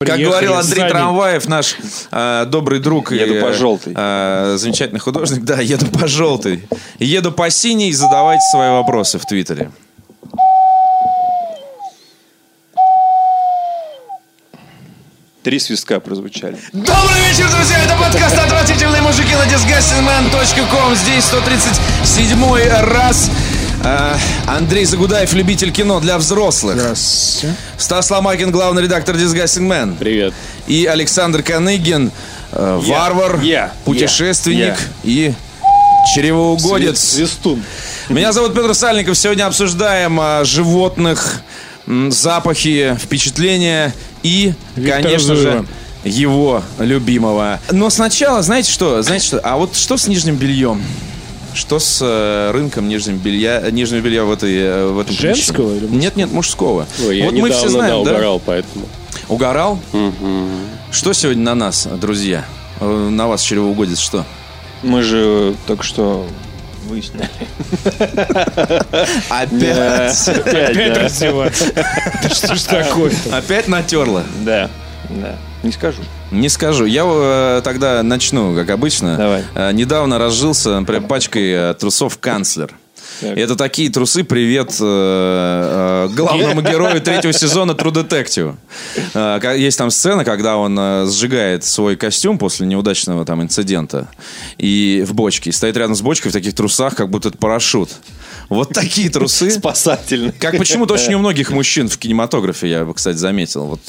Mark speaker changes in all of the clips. Speaker 1: Как
Speaker 2: Приехали
Speaker 1: говорил Андрей
Speaker 2: сами.
Speaker 1: Трамваев, наш э, добрый друг.
Speaker 3: Еду
Speaker 1: и,
Speaker 3: по желтой.
Speaker 1: э, замечательный художник. Да, еду по желтой. И Еду по синей. Задавайте свои вопросы в Твиттере.
Speaker 3: Три свистка прозвучали.
Speaker 1: Добрый вечер, друзья! Это подкаст «Отвратительные мужики» на disgustingman.com. Здесь 137 раз. Э, Андрей Загудаев, любитель кино для взрослых.
Speaker 2: Здравствуйте.
Speaker 1: Стас Ломакин, главный редактор Disgusting Man.
Speaker 2: Привет.
Speaker 1: И Александр Каныгин, э,
Speaker 3: Я,
Speaker 1: варвар,
Speaker 3: я,
Speaker 1: путешественник и
Speaker 3: Сви-
Speaker 1: чревоугодец.
Speaker 3: Свистун.
Speaker 1: Меня зовут Петр Сальников. Сегодня обсуждаем э, животных, м, запахи, впечатления и,
Speaker 2: Виктора
Speaker 1: конечно же,
Speaker 2: Зуева.
Speaker 1: его любимого. Но сначала, знаете что? Знаете что? А вот что с нижним бельем? Что с э, рынком нижнего белья, нижнего белья в этой э, в этом помещении?
Speaker 2: Женского или
Speaker 1: Нет, нет, мужского.
Speaker 4: Ой, я
Speaker 1: вот мы
Speaker 4: недавно,
Speaker 1: все знаем,
Speaker 4: да,
Speaker 1: да?
Speaker 4: угорал, поэтому.
Speaker 1: Угорал? Что сегодня на нас, друзья? Э, На вас чревоугодец что?
Speaker 3: Мы же только что выяснили.
Speaker 4: Э,
Speaker 1: Опять.
Speaker 3: Опять,
Speaker 2: Опять
Speaker 3: да.
Speaker 2: раздела. Да Что ж такое-то?
Speaker 1: Опять натерла.
Speaker 3: Да, да. Не скажу.
Speaker 1: Не скажу. Я э, тогда начну, как обычно.
Speaker 3: Давай.
Speaker 1: Э, недавно разжился прям пачкой э, трусов канцлер.
Speaker 3: Так.
Speaker 1: Это такие трусы, привет э, э, главному герою третьего сезона True Detective. Э, ка- есть там сцена, когда он э, сжигает свой костюм после неудачного там инцидента и в бочке. И стоит рядом с бочкой в таких трусах, как будто это парашют. Вот такие трусы.
Speaker 3: Спасательный.
Speaker 1: Как почему-то очень у многих мужчин в кинематографе, я, бы, кстати, заметил. Вот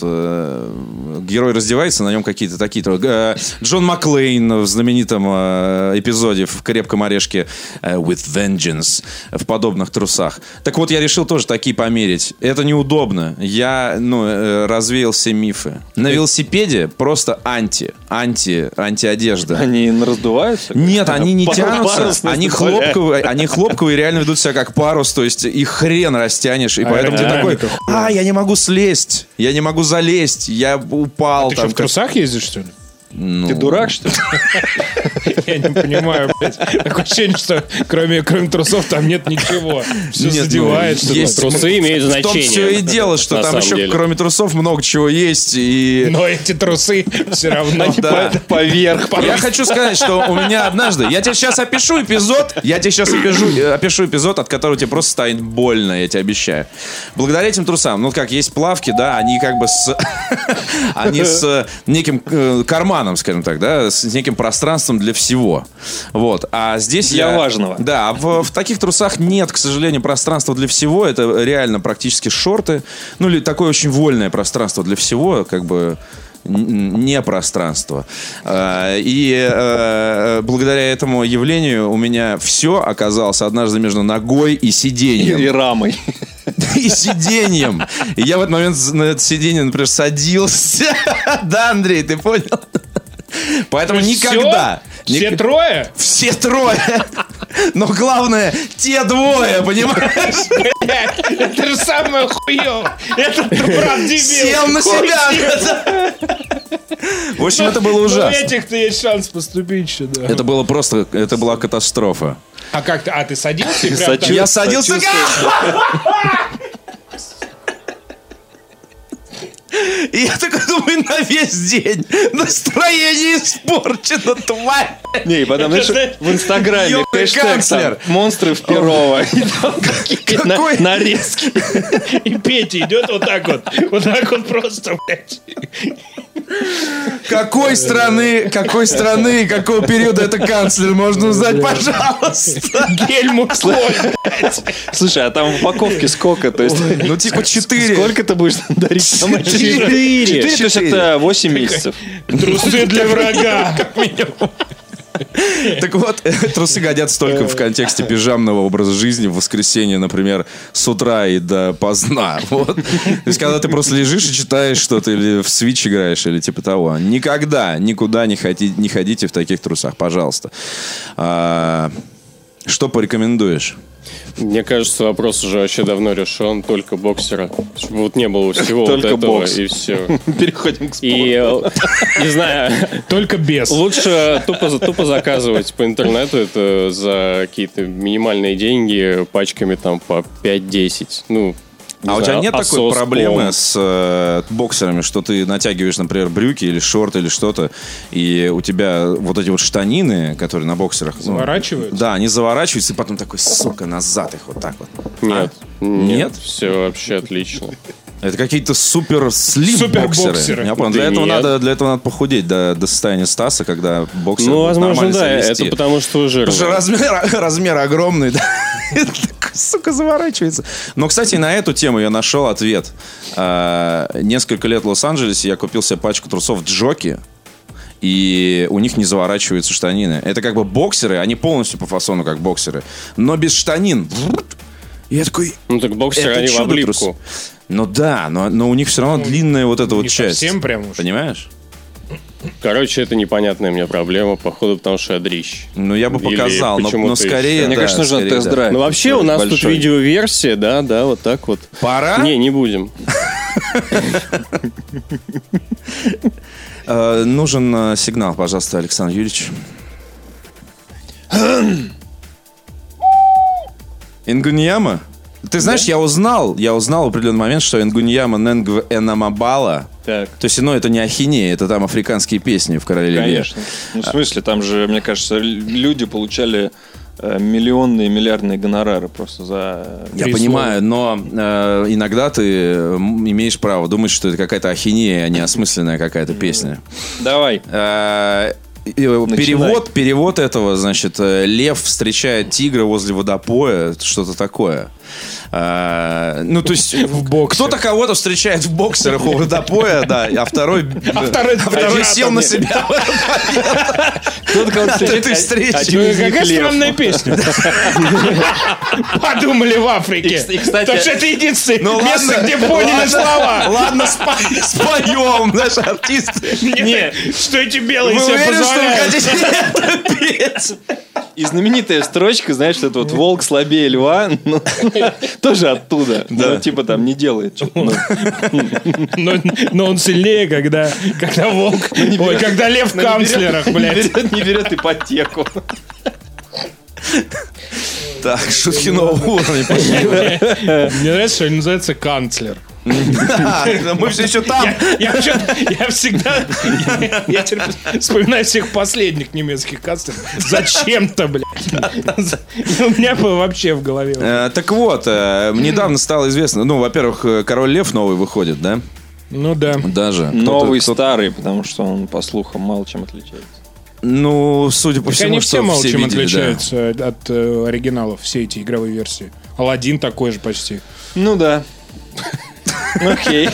Speaker 1: э, герой раздевается, на нем какие-то такие... тру- Э, Джон Маклейн в знаменитом э, эпизоде в «Крепком орешке» э, «With Vengeance» в подобных трусах. Так вот, я решил тоже такие померить. Это неудобно. Я, ну, э, развеял все мифы. На велосипеде просто анти, анти, анти-одежда.
Speaker 3: Они раздуваются?
Speaker 1: Нет, они не
Speaker 3: Пар- парус
Speaker 1: тянутся,
Speaker 3: на
Speaker 1: они
Speaker 3: стопоре.
Speaker 1: хлопковые, они хлопковые реально ведут себя как парус, то есть их хрен растянешь, и поэтому ты такой,
Speaker 2: аэродинамика
Speaker 1: а, я не могу слезть, я не могу залезть, я упал.
Speaker 2: Ты что,
Speaker 1: там
Speaker 2: в трусах ездишь, что ли?
Speaker 3: Ты дурак, что ли?
Speaker 2: Я не понимаю, блядь. Такое ощущение, что кроме, кроме трусов там нет ничего. Все
Speaker 1: Нет, ну,
Speaker 2: задевает. что-то.
Speaker 1: есть
Speaker 4: Трусы имеют
Speaker 1: В том
Speaker 4: значение.
Speaker 1: все и дело, что
Speaker 4: На
Speaker 1: там
Speaker 4: самом
Speaker 1: еще
Speaker 4: деле.
Speaker 1: кроме трусов много чего есть, и...
Speaker 2: Но эти трусы все равно...
Speaker 1: Да.
Speaker 3: По- Поверх.
Speaker 1: Я хочу сказать, что у меня однажды... Я тебе сейчас опишу эпизод, я тебе сейчас опишу, э, опишу эпизод, от которого тебе просто станет больно, я тебе обещаю. Благодаря этим трусам, ну как есть плавки, да, они как бы с... Они с э, неким э, карманом, скажем так, да, с неким пространством для всего. Вот. А здесь
Speaker 3: Для
Speaker 1: я-
Speaker 3: важного.
Speaker 1: Да, а в, в таких трусах нет, к сожалению, пространства для всего. Это реально практически шорты. Ну, или такое очень вольное пространство для всего, как бы н- не пространство. А, И э, благодаря этому явлению у меня все оказалось однажды между ногой и сиденьем
Speaker 3: И рамой.
Speaker 1: и сиденьем. И я в этот момент на это сиденье, например, садился. Да, Андрей, ты понял? Поэтому никогда.
Speaker 2: Всё? Все
Speaker 1: Ник-
Speaker 2: трое?
Speaker 1: Все трое. Но главное, те двое, понимаешь?
Speaker 2: Это же самое хуёво. Это ты, брат дебил.
Speaker 1: Сел на себя. В общем, это было
Speaker 2: У
Speaker 1: ужасно.
Speaker 2: Ну, этих-то есть шанс поступить еще, да.
Speaker 1: Это было просто, это была катастрофа.
Speaker 2: А как ты? А ты садился и прям так?
Speaker 3: Сочувствую.
Speaker 1: Я садился. И я такой думаю, на весь день настроение испорчено, тварь.
Speaker 3: Не, и потом, знаешь, в Инстаграме
Speaker 1: ёбаный
Speaker 3: хэштег там
Speaker 1: канцлер.
Speaker 3: «Монстры в Перово». И там какие-то на-
Speaker 1: Какой?
Speaker 3: нарезки.
Speaker 2: И Петя идет вот так вот. Вот так вот просто, блядь.
Speaker 1: Какой страны, какой страны, какого периода это канцлер, можно узнать, пожалуйста.
Speaker 2: Гель мужской.
Speaker 3: Слушай, а там в упаковке сколько? То есть
Speaker 1: Ну, типа четыре.
Speaker 3: Сколько ты будешь дарить? нам?
Speaker 1: Четыре.
Speaker 3: Четыре, то есть
Speaker 1: Четыре.
Speaker 3: это 8 месяцев.
Speaker 2: Трусы для врага.
Speaker 1: Так вот, трусы годятся только в контексте пижамного образа жизни в воскресенье, например, с утра и до поздна. Вот. То есть, когда ты просто лежишь и читаешь что-то, или в свич играешь, или типа того. Никогда, никуда не, ходи- не ходите в таких трусах, пожалуйста. А, что порекомендуешь?
Speaker 4: Мне кажется, вопрос уже вообще давно решен. Только боксера. Чтобы вот не было всего вот
Speaker 3: Только
Speaker 4: этого.
Speaker 3: бокс.
Speaker 4: И все.
Speaker 3: Переходим к спорту.
Speaker 4: И э, не знаю,
Speaker 2: Только без.
Speaker 4: лучше тупо, за- тупо заказывать по интернету это за какие-то минимальные деньги пачками там по 5-10. Ну,
Speaker 1: А у тебя
Speaker 4: знаю,
Speaker 1: нет такой
Speaker 4: ососком.
Speaker 1: проблемы с э, боксерами, что ты натягиваешь, например, брюки или шорты или что-то, и у тебя вот эти вот штанины, которые на боксерах... ну,
Speaker 2: Заворачиваются?
Speaker 1: да, они заворачиваются, и потом такой, сука, назад их вот так вот.
Speaker 4: Нет.
Speaker 1: А? Нет?
Speaker 4: Все вообще отлично.
Speaker 1: Это какие-то супер слим
Speaker 2: Супербоксеры.
Speaker 1: боксеры. Я понял. Для,
Speaker 4: Да
Speaker 1: этого
Speaker 4: нет.
Speaker 1: надо, для этого надо похудеть до, до состояния Стаса, когда боксер
Speaker 4: Ну,
Speaker 1: будет
Speaker 4: возможно,
Speaker 1: нормально
Speaker 4: да.
Speaker 1: себя
Speaker 4: Это
Speaker 1: вести.
Speaker 4: потому, что вы жирный.
Speaker 1: Потому что размер, размер огромный, да. Такой, Сука, заворачивается. Но, кстати, на эту тему я нашел ответ. А, Несколько лет в Лос-Анджелесе я купил себе пачку трусов Джоки. И у них не заворачиваются штанины. Это как бы боксеры, они полностью по фасону как боксеры. Но без штанин. И я такой...
Speaker 4: Ну, так боксеры,
Speaker 1: это
Speaker 4: они в
Speaker 1: чудо
Speaker 4: облипку. Ну,
Speaker 1: трус. Ну да, но, но у них все равно длинная вот эта вот
Speaker 2: не
Speaker 1: часть.
Speaker 2: совсем прям уж.
Speaker 1: Понимаешь?
Speaker 4: Короче, это непонятная мне проблема, походу, потому что я дрищ.
Speaker 1: Ну я бы
Speaker 4: Или
Speaker 1: показал, но,
Speaker 4: почему-то
Speaker 1: но скорее...
Speaker 4: еще.
Speaker 1: да,
Speaker 3: Мне, конечно, нужно
Speaker 1: скорее, да.
Speaker 3: тест-драйв.
Speaker 4: Ну, вообще, у нас тут
Speaker 3: Большой.
Speaker 4: видеоверсия, да, да, вот так вот.
Speaker 1: Пора?
Speaker 4: Не, не будем.
Speaker 1: Э, нужен э, сигнал, пожалуйста, Александр Юрьевич. Ингуньяма? Ты знаешь, я узнал, я узнал в определенный момент, что Ингуньяма Ненгв Энамабала,
Speaker 4: Так.
Speaker 1: то есть, ну, это не ахинея, это там африканские песни в Короле Льве.
Speaker 3: Конечно. Ну, в смысле, там же, мне кажется, л- люди получали э, миллионные, миллиардные гонорары просто за...
Speaker 1: Я
Speaker 2: Три
Speaker 1: понимаю, но э, иногда ты э, м- имеешь право думать, что это какая-то ахинея, а не осмысленная какая-то песня.
Speaker 3: Давай.
Speaker 1: Э, и, э, Перевод, перевод этого, значит, э, лев встречает тигра возле водопоя, что-то такое. Э, Ну, то есть...
Speaker 2: В боксе.
Speaker 1: Кто-то кого-то встречает в боксерах у водопоя, да, а второй, а
Speaker 2: второй-
Speaker 1: второй сел на себя.
Speaker 3: Кто-то кого-то
Speaker 1: От
Speaker 3: встречает.
Speaker 1: этой встречи.
Speaker 3: Один
Speaker 2: Ну,
Speaker 3: из них
Speaker 2: какая
Speaker 3: лев.
Speaker 2: странная песня. Подумали в Африке.
Speaker 3: И, кстати-
Speaker 2: Потому что это единственное
Speaker 1: Ну,
Speaker 2: место,
Speaker 1: ладно,
Speaker 2: где поняли
Speaker 1: ладно,
Speaker 2: слова.
Speaker 1: Ладно, спо- споем, наши артисты.
Speaker 2: Нет, что эти белые
Speaker 1: Вы
Speaker 2: себе
Speaker 1: уверены, что вы
Speaker 2: позволяют?
Speaker 1: хотите это петь?
Speaker 3: И знаменитая строчка, знаешь, что это вот волк слабее льва, ну, тоже оттуда.
Speaker 1: Да.
Speaker 3: Ну, типа там не делает. чё-то, ну,
Speaker 2: Но, но он сильнее, когда, когда волк...
Speaker 1: Ну,
Speaker 2: ой, когда лев в канцлерах,
Speaker 3: не
Speaker 2: блядь.
Speaker 3: берет- Не берет ипотеку.
Speaker 1: Так, шутки нового уровня. пошли.
Speaker 2: Мне нравится, что они называются канцлер.
Speaker 1: Да, А, Мы все еще там.
Speaker 2: Я, вообще- я всегда... Я, я теперь вспоминаю всех последних немецких канцлеров. Зачем-то, блядь. У меня было вообще в голове.
Speaker 1: Э, Так вот, э, недавно стало известно, ну, во-первых, э, Король Лев новый выходит, да?
Speaker 2: Ну да.
Speaker 1: Даже. Кто-то-
Speaker 3: Новый,
Speaker 1: кто-
Speaker 3: старый, потому что он, по слухам, мало чем отличается.
Speaker 1: Ну, судя по
Speaker 2: Так
Speaker 1: всему,
Speaker 2: они
Speaker 1: что
Speaker 2: все мало чем
Speaker 1: видели, да.
Speaker 2: отличаются от э, оригиналов, все эти игровые версии. Алладин такой же почти.
Speaker 3: Ну да. Окей.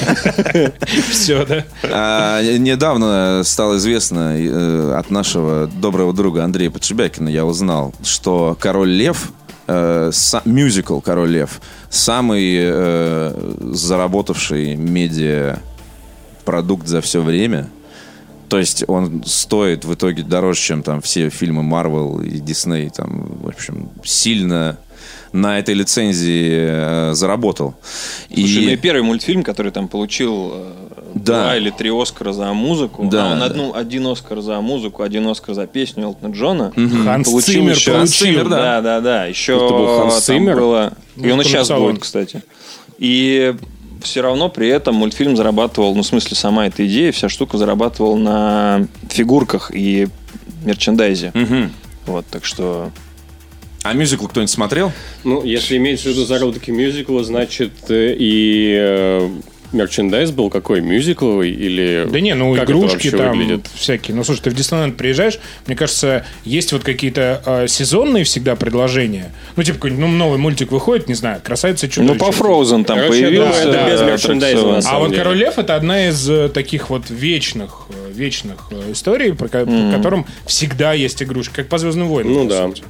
Speaker 2: Все, да?
Speaker 1: А, недавно стало известно э, от нашего доброго друга Андрея Подшибякина, я узнал, что «Король лев», э, са- мюзикл «Король лев» самый э, заработавший медиа продукт за все время. То есть он стоит в итоге дороже, чем там все фильмы Марвел и Дисней. Там, в общем, сильно на этой лицензии э, заработал.
Speaker 3: Слушай, ну
Speaker 1: и...
Speaker 3: и первый мультфильм, который там получил э,
Speaker 1: Да.
Speaker 3: два или три Оскара за музыку.
Speaker 1: Да,
Speaker 3: а он
Speaker 1: да.
Speaker 3: одну, один Оскар за музыку, один Оскар за песню Элтона Джона.
Speaker 2: Ханс
Speaker 3: Получил
Speaker 2: Циммер
Speaker 3: еще-
Speaker 2: получил.
Speaker 1: Ханс Циммер, да.
Speaker 3: Да, да, да. Еще
Speaker 4: Это был Ханс
Speaker 3: там
Speaker 4: Циммер?
Speaker 3: было- И он и
Speaker 2: Музыку
Speaker 3: сейчас
Speaker 2: написал он.
Speaker 3: будет, кстати. И все равно при этом мультфильм зарабатывал, ну, в смысле, сама эта идея, вся штука зарабатывала на фигурках и мерчендайзе.
Speaker 1: Мгм.
Speaker 3: Вот, так что...
Speaker 1: А мюзикл кто-нибудь смотрел?
Speaker 4: Ну, если иметь в виду заработки мюзикла, значит, э, и э, мерчендайз был какой? Мюзикловый или...
Speaker 2: Да не, ну
Speaker 4: как это
Speaker 2: игрушки
Speaker 4: вообще
Speaker 2: там
Speaker 4: выглядит?
Speaker 2: всякие. Ну слушай, ты в Диснейленд приезжаешь, мне кажется, есть вот какие-то э, сезонные всегда предложения. Ну типа какой-нибудь, ну, новый мультик выходит, не знаю, красавица чудо.
Speaker 3: Ну, по Frozen там
Speaker 4: Короче, я думаю,
Speaker 3: появился.
Speaker 4: это
Speaker 3: э,
Speaker 4: без
Speaker 3: так
Speaker 4: мерчендайза
Speaker 3: что-
Speaker 4: на
Speaker 2: А
Speaker 4: самом
Speaker 2: вот
Speaker 4: деле.
Speaker 2: Король Лев это одна из э, таких вот вечных, э, вечных э, историй, про, ко- по которым всегда есть игрушки, как по Звездным войнам.
Speaker 4: Ну
Speaker 2: по
Speaker 4: да.
Speaker 2: сути.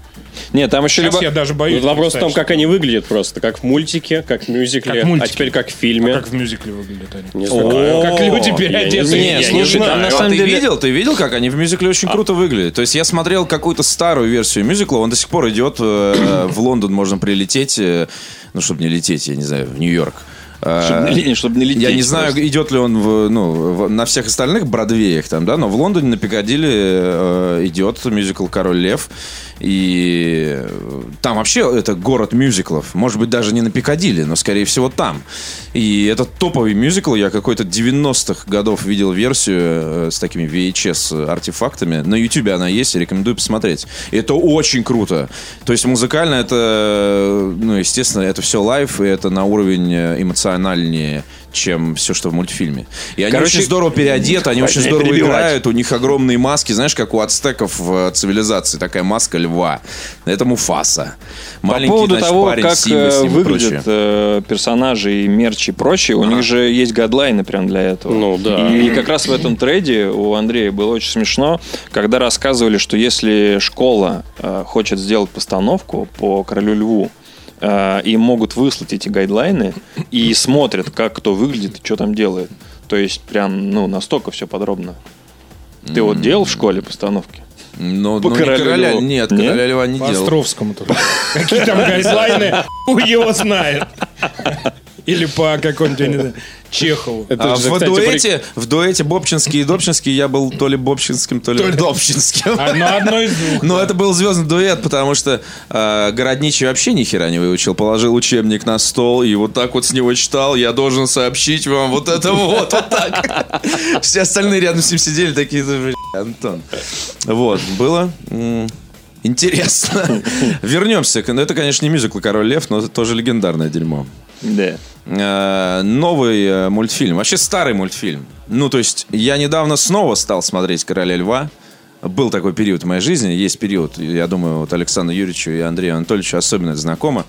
Speaker 3: Нет, там еще...
Speaker 2: Сейчас
Speaker 3: либо-
Speaker 2: я даже
Speaker 4: Ну,
Speaker 2: боюсь.
Speaker 4: вопрос в том,
Speaker 2: представить,
Speaker 4: как они выглядят просто. Как в мультике, как в мюзикле,
Speaker 2: Как в мультике.
Speaker 4: а теперь как в фильме.
Speaker 2: как в мюзикле выглядят они.
Speaker 4: Не знаю.
Speaker 2: Как люди переодеты.
Speaker 4: Я не-
Speaker 1: Не,
Speaker 4: я не
Speaker 1: слушай,
Speaker 4: знаю.
Speaker 1: там на
Speaker 3: А
Speaker 1: самом
Speaker 3: ты
Speaker 1: деле... А. видел, ты видел, как они в мюзикле очень круто выглядят. То есть я смотрел какую-то старую версию мюзикла, он до сих пор идет э, в Лондон, можно прилететь, э, ну чтобы не лететь, я не знаю, в Нью-Йорк. Э,
Speaker 3: Чтобы, не, ле- чтобы не лететь.
Speaker 1: Я не знаю,
Speaker 3: просто.
Speaker 1: идет ли он в, ну, в- на всех остальных Бродвеях, там, да, но в Лондоне на Пикадилли э, идет мюзикл «Король лев», и э, там вообще это город мюзиклов, может быть, даже не на Пикадилли, но, скорее всего, там. И этот топовый мюзикл, я какой-то 90-х годов видел версию э, с такими VHS-артефактами, на YouTube она есть, рекомендую посмотреть. И это очень круто. То есть музыкально это, ну, естественно, это все лайв, и это на уровень э, эмоциональнее, чем все, что в мультфильме. И они
Speaker 3: Короче,
Speaker 1: очень здорово переодеты, они очень
Speaker 3: меня
Speaker 1: здорово
Speaker 3: перебивать.
Speaker 1: играют, у них огромные маски, знаешь, как у ацтеков в э, цивилизации, такая маска льва. Это Муфаса.
Speaker 3: По
Speaker 1: Маленький,
Speaker 3: поводу
Speaker 1: значит,
Speaker 3: того,
Speaker 1: парень
Speaker 3: как
Speaker 1: Симба с
Speaker 3: э,
Speaker 1: ним и
Speaker 3: выглядят
Speaker 1: прочее.
Speaker 3: э, персонажи и мерч и прочее, у них же есть гадлайны прям для этого.
Speaker 4: Ну, да.
Speaker 3: И как раз в этом трейде у Андрея было очень смешно, когда рассказывали, что если школа э, хочет сделать постановку по Королю Льву, э, им могут выслать эти гайдлайны и смотрят, как кто выглядит и что там делает. То есть прям, ну, настолько все подробно. Ты вот делал в школе постановки?
Speaker 1: Ну,
Speaker 3: э, по
Speaker 1: ну, не
Speaker 3: «Королю
Speaker 1: короля,
Speaker 3: Льву».
Speaker 1: нет,
Speaker 3: Нет?
Speaker 1: короля льва не
Speaker 2: По
Speaker 1: делал.
Speaker 2: Островскому только. Какие там гайдлайны, хуй его знает. Или по какому-нибудь, я не знаю, Чехову.
Speaker 4: Это
Speaker 1: А
Speaker 4: же,
Speaker 1: в,
Speaker 4: кстати,
Speaker 1: дуэте, в дуэте Бобчинский и Добчинский я был то ли Бобчинским, то ли, Добчинским.
Speaker 2: Одно, одно А, из двух.
Speaker 1: Но это был звездный дуэт, потому что э, Городничий вообще ни хера не выучил. Положил учебник на стол и вот так вот с него читал. Я должен сообщить вам вот это вот, вот так. Все остальные рядом с ним сидели такие, «Да, блин, Антон. Вот, было м, интересно. Вернемся. к- ну, Это, конечно, не мюзикл «Король лев», но это тоже легендарное дерьмо.
Speaker 3: Да.
Speaker 1: Э, новый э, мультфильм, вообще старый мультфильм. Ну, то есть, я недавно снова стал смотреть «Короля льва». Был такой период в моей жизни, есть период, и я думаю, вот Александру Юрьевичу и Андрею Анатольевичу особенно это знакомо.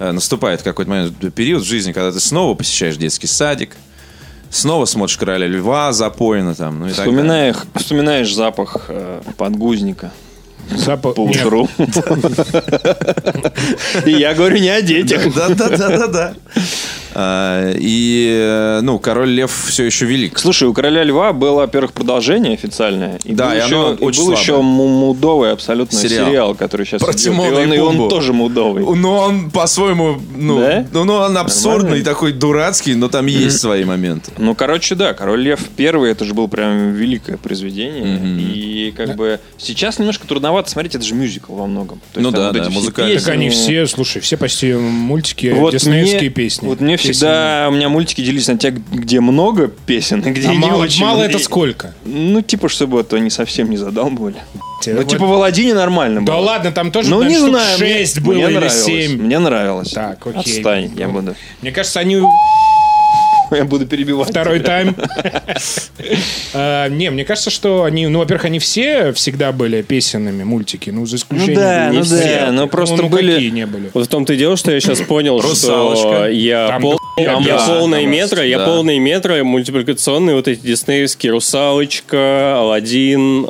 Speaker 1: Э, Наступает какой-то момент, период в жизни, когда ты снова посещаешь детский садик, снова смотришь «Короля льва», запойно там, ну и так далее.
Speaker 3: Вспоминаешь, вспоминаешь запах э, подгузника.
Speaker 2: Запах.
Speaker 3: по
Speaker 2: Нет,
Speaker 3: утру. И я говорю не о детях.
Speaker 1: Да, да, да, да, да. А, И, э, ну, «Король лев» все еще велик.
Speaker 3: Слушай, у короля льва было, во-первых, продолжение официальное. И
Speaker 1: Да,
Speaker 3: был
Speaker 1: и
Speaker 3: еще,
Speaker 1: оно
Speaker 3: и
Speaker 1: очень
Speaker 3: был
Speaker 1: слабое.
Speaker 3: еще му- мудовый абсолютно
Speaker 1: Сериал.
Speaker 3: сериал, который сейчас
Speaker 1: Про
Speaker 3: идет.
Speaker 1: Тимона
Speaker 3: и он,
Speaker 1: и
Speaker 3: и он
Speaker 1: Пумбу.
Speaker 3: тоже мудовый.
Speaker 1: Ну, Но он по-своему, ну,
Speaker 3: Да?
Speaker 1: ну, ну, он абсурдный,
Speaker 3: Нормально.
Speaker 1: такой дурацкий, но там есть свои моменты.
Speaker 3: Ну, короче, да, король лев первый это же был прям великое произведение. И как бы сейчас немножко трудновато смотреть, это же мюзикл во многом. То есть
Speaker 1: Ну
Speaker 3: там
Speaker 1: да,
Speaker 3: вот эти
Speaker 1: да,
Speaker 3: все
Speaker 1: музыкальный.
Speaker 3: песни, ну,
Speaker 2: Так они все, слушай, все почти мультики,
Speaker 3: Вот
Speaker 2: диснеевские
Speaker 3: мне-
Speaker 2: песни.
Speaker 3: Вот мне
Speaker 2: Песни.
Speaker 3: всегда, у меня мультики делились на те, где много песен, и где
Speaker 2: А
Speaker 3: не
Speaker 2: мало,
Speaker 3: очень.
Speaker 2: мало это
Speaker 3: И-
Speaker 2: сколько?
Speaker 3: Ну, типа, чтобы это не совсем не задал были. Ну,
Speaker 2: Вот-
Speaker 3: типа, в Аладдине нормально
Speaker 2: Да
Speaker 3: было.
Speaker 2: ладно, там тоже
Speaker 3: Ну,
Speaker 2: наверное,
Speaker 3: не
Speaker 2: штук
Speaker 3: знаю. мне-
Speaker 2: шесть было
Speaker 3: мне
Speaker 2: или
Speaker 3: нравилось.
Speaker 2: семь.
Speaker 3: Мне нравилось.
Speaker 2: Так, окей. Ну.
Speaker 3: Отстань, я буду...
Speaker 2: Мне кажется, они
Speaker 3: Я буду перебивать.
Speaker 2: второй
Speaker 3: тебя.
Speaker 2: тайм. Э, Не, мне кажется, что они, ну, во-первых, они все всегда были песенными мультики, ну, за исключением.
Speaker 3: да,
Speaker 2: не
Speaker 3: ну да,
Speaker 2: всех.
Speaker 3: но
Speaker 2: Ну,
Speaker 3: просто
Speaker 2: ну,
Speaker 3: были-
Speaker 2: какие не были.
Speaker 4: Вот в том-то и дело, что я сейчас понял, что
Speaker 1: Русалочка.
Speaker 4: я,
Speaker 2: Там
Speaker 4: пол- я
Speaker 3: да,
Speaker 4: полные
Speaker 3: там
Speaker 4: метры,
Speaker 1: есть,
Speaker 4: я
Speaker 1: да.
Speaker 4: полные метры, мультипликационные вот эти диснеевские «Русалочка», «Аладдин»,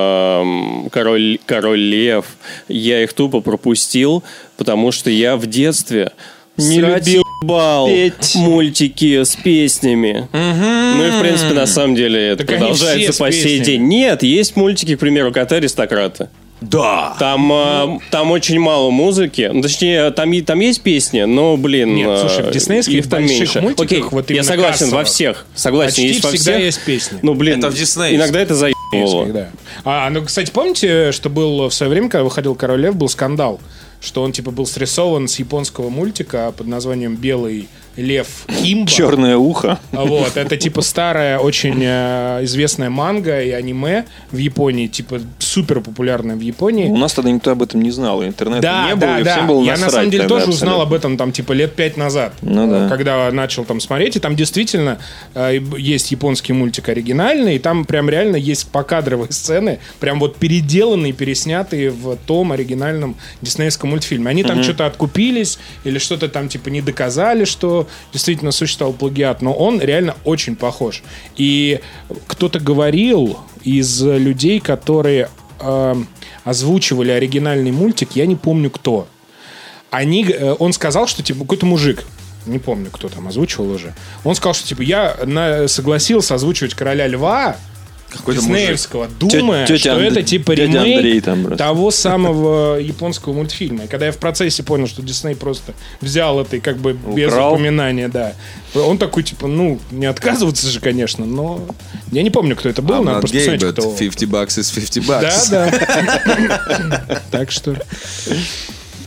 Speaker 4: эм, «Король Король лев». Я их тупо пропустил, потому что я в детстве
Speaker 3: Не
Speaker 4: срать
Speaker 3: любил
Speaker 4: ебал
Speaker 3: петь.
Speaker 4: мультики с песнями. Ну и, в принципе, на самом деле это
Speaker 2: Так они
Speaker 4: продолжается
Speaker 2: все с
Speaker 4: по сей
Speaker 2: песнями.
Speaker 4: день. Нет, есть мультики, к примеру, «Коты аристократы».
Speaker 1: Да.
Speaker 4: Там, э, там очень мало музыки. Ну, Точнее, там, е- там есть песни, но, блин...
Speaker 2: Нет,
Speaker 4: э,
Speaker 2: слушай, в диснеевских
Speaker 4: их там
Speaker 2: больших
Speaker 4: меньше.
Speaker 2: мультиках,
Speaker 4: Окей,
Speaker 2: вот
Speaker 4: я
Speaker 2: именно
Speaker 4: согласен, во
Speaker 2: кассовых,
Speaker 4: всех. Согласен,
Speaker 2: почти
Speaker 4: есть во
Speaker 2: всегда
Speaker 4: всех.
Speaker 2: есть песни.
Speaker 4: Ну, блин,
Speaker 1: Это в диснеевских.
Speaker 4: иногда это заебывало.
Speaker 2: Да. А, ну, кстати, помните, что был в свое время, когда выходил Король Лев, был скандал, что он типа был срисован с японского мультика под названием Белый лев Кимба.
Speaker 3: Черное ухо.
Speaker 2: Вот, это типа старая, очень э, известная манга и аниме в Японии, типа супер популярная в Японии.
Speaker 3: У нас тогда никто об этом не знал. Интернета
Speaker 2: Да,
Speaker 3: не было,
Speaker 2: да,
Speaker 3: и
Speaker 2: да.
Speaker 3: всем было
Speaker 2: Я на
Speaker 3: насрать
Speaker 2: самом деле
Speaker 3: тогда
Speaker 2: тоже узнал
Speaker 3: абсолютно.
Speaker 2: об этом там типа лет пять назад,
Speaker 3: Ну
Speaker 2: э,
Speaker 3: да.
Speaker 2: когда начал там смотреть, и там действительно э, и б- есть японский мультик оригинальный, и там прям реально есть покадровые сцены, прям вот переделанные, переснятые в том оригинальном диснеевском мультфильме. Они там что-то откупились или что-то там типа не доказали, что действительно существовал плагиат, но он реально очень похож. И кто-то говорил из людей, которые эм, озвучивали оригинальный мультик, я не помню кто они, э, он сказал, что типа какой-то мужик, не помню, кто там озвучивал уже, он сказал, что типа я на- согласился озвучивать короля льва,
Speaker 1: Какой-то мужик.
Speaker 2: Диснеевского, думая,
Speaker 3: Тетя
Speaker 2: что
Speaker 3: Анд-
Speaker 2: это типа
Speaker 3: дядя
Speaker 2: ремейк
Speaker 3: Андрей там просто.
Speaker 2: того самого японского мультфильма. И когда я в процессе понял, что Дисней просто взял это и как бы без
Speaker 3: Украл.
Speaker 2: упоминания, да. Он такой, типа, ну, не отказываться же, конечно, но... Я не помню, кто это
Speaker 3: А
Speaker 2: был,
Speaker 1: I'm
Speaker 2: надо
Speaker 1: not
Speaker 2: просто
Speaker 1: gay,
Speaker 2: посмотреть,
Speaker 1: but
Speaker 2: кто...
Speaker 1: 50 bucks is 50
Speaker 2: Да,
Speaker 1: bucks.
Speaker 2: да. Так что...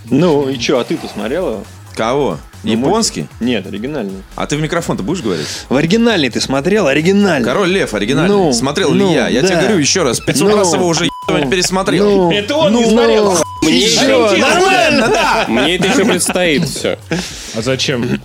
Speaker 3: Ну и что, а ты-то смотрела?
Speaker 1: Кого?
Speaker 3: Ну,
Speaker 1: Японский?
Speaker 3: мультик. Нет, оригинальный.
Speaker 1: А ты в микрофон-то будешь говорить?
Speaker 3: В оригинальный ты смотрел? Оригинальный.
Speaker 1: Король Лев оригинальный.
Speaker 3: Ну,
Speaker 1: Смотрел
Speaker 3: ну,
Speaker 1: ли я? Я тебе
Speaker 3: да.
Speaker 1: говорю еще раз, 500
Speaker 3: Ну,
Speaker 1: раз его уже ебать, пересмотрел.
Speaker 2: Это он не смотрел.
Speaker 4: Мне
Speaker 2: Чё,
Speaker 4: еще- мне это еще предстоит все.
Speaker 2: А зачем?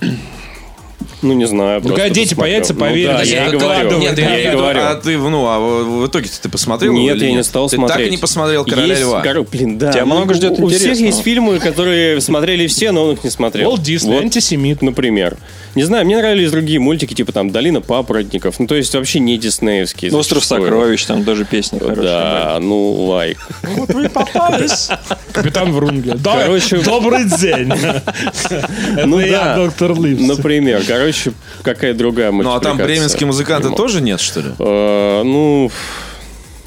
Speaker 4: Ну, не знаю.
Speaker 2: Ну,
Speaker 4: просто
Speaker 2: когда дети
Speaker 4: посмотрю.
Speaker 2: появятся,
Speaker 4: Ну
Speaker 2: поверят,
Speaker 4: да,
Speaker 2: они
Speaker 4: я и говорю.
Speaker 2: откладывают.
Speaker 1: Нет, я
Speaker 4: я
Speaker 1: имею
Speaker 4: и
Speaker 1: в виду,
Speaker 4: говорю.
Speaker 1: А ты, ну, а в- в итоге ты посмотрел?
Speaker 4: Нет,
Speaker 1: или
Speaker 4: я не стал
Speaker 1: ты
Speaker 4: смотреть.
Speaker 1: так и не посмотрел «Короля
Speaker 4: Есть,
Speaker 1: льва».
Speaker 4: коро- Блин, да.
Speaker 3: Тебя
Speaker 4: Ну,
Speaker 3: много ждет
Speaker 4: у- У всех
Speaker 3: интересного.
Speaker 4: есть фильмы, которые смотрели все, но он их не смотрел.
Speaker 2: Уолт Дисней,
Speaker 4: Вот,
Speaker 2: антисемит.
Speaker 4: например. Не знаю, мне нравились другие мультики, типа там «Долина папоротников». Ну, то есть вообще не диснеевские.
Speaker 3: Ну, Остров
Speaker 4: зачастую.
Speaker 3: сокровищ, там тоже песни хорошие. были.
Speaker 4: Да, ну лайк.
Speaker 2: Вот вы попались. Капитан Врунгель. Да,
Speaker 4: Короче,
Speaker 2: Добрый день.
Speaker 4: ну
Speaker 2: Я
Speaker 4: да,
Speaker 2: доктор Ливс.
Speaker 4: например. Короче, какая другая
Speaker 1: Ну, а там
Speaker 4: мультипликация?
Speaker 1: бременские музыканты
Speaker 4: Прямо.
Speaker 1: тоже нет, что ли?
Speaker 4: Э, Ну,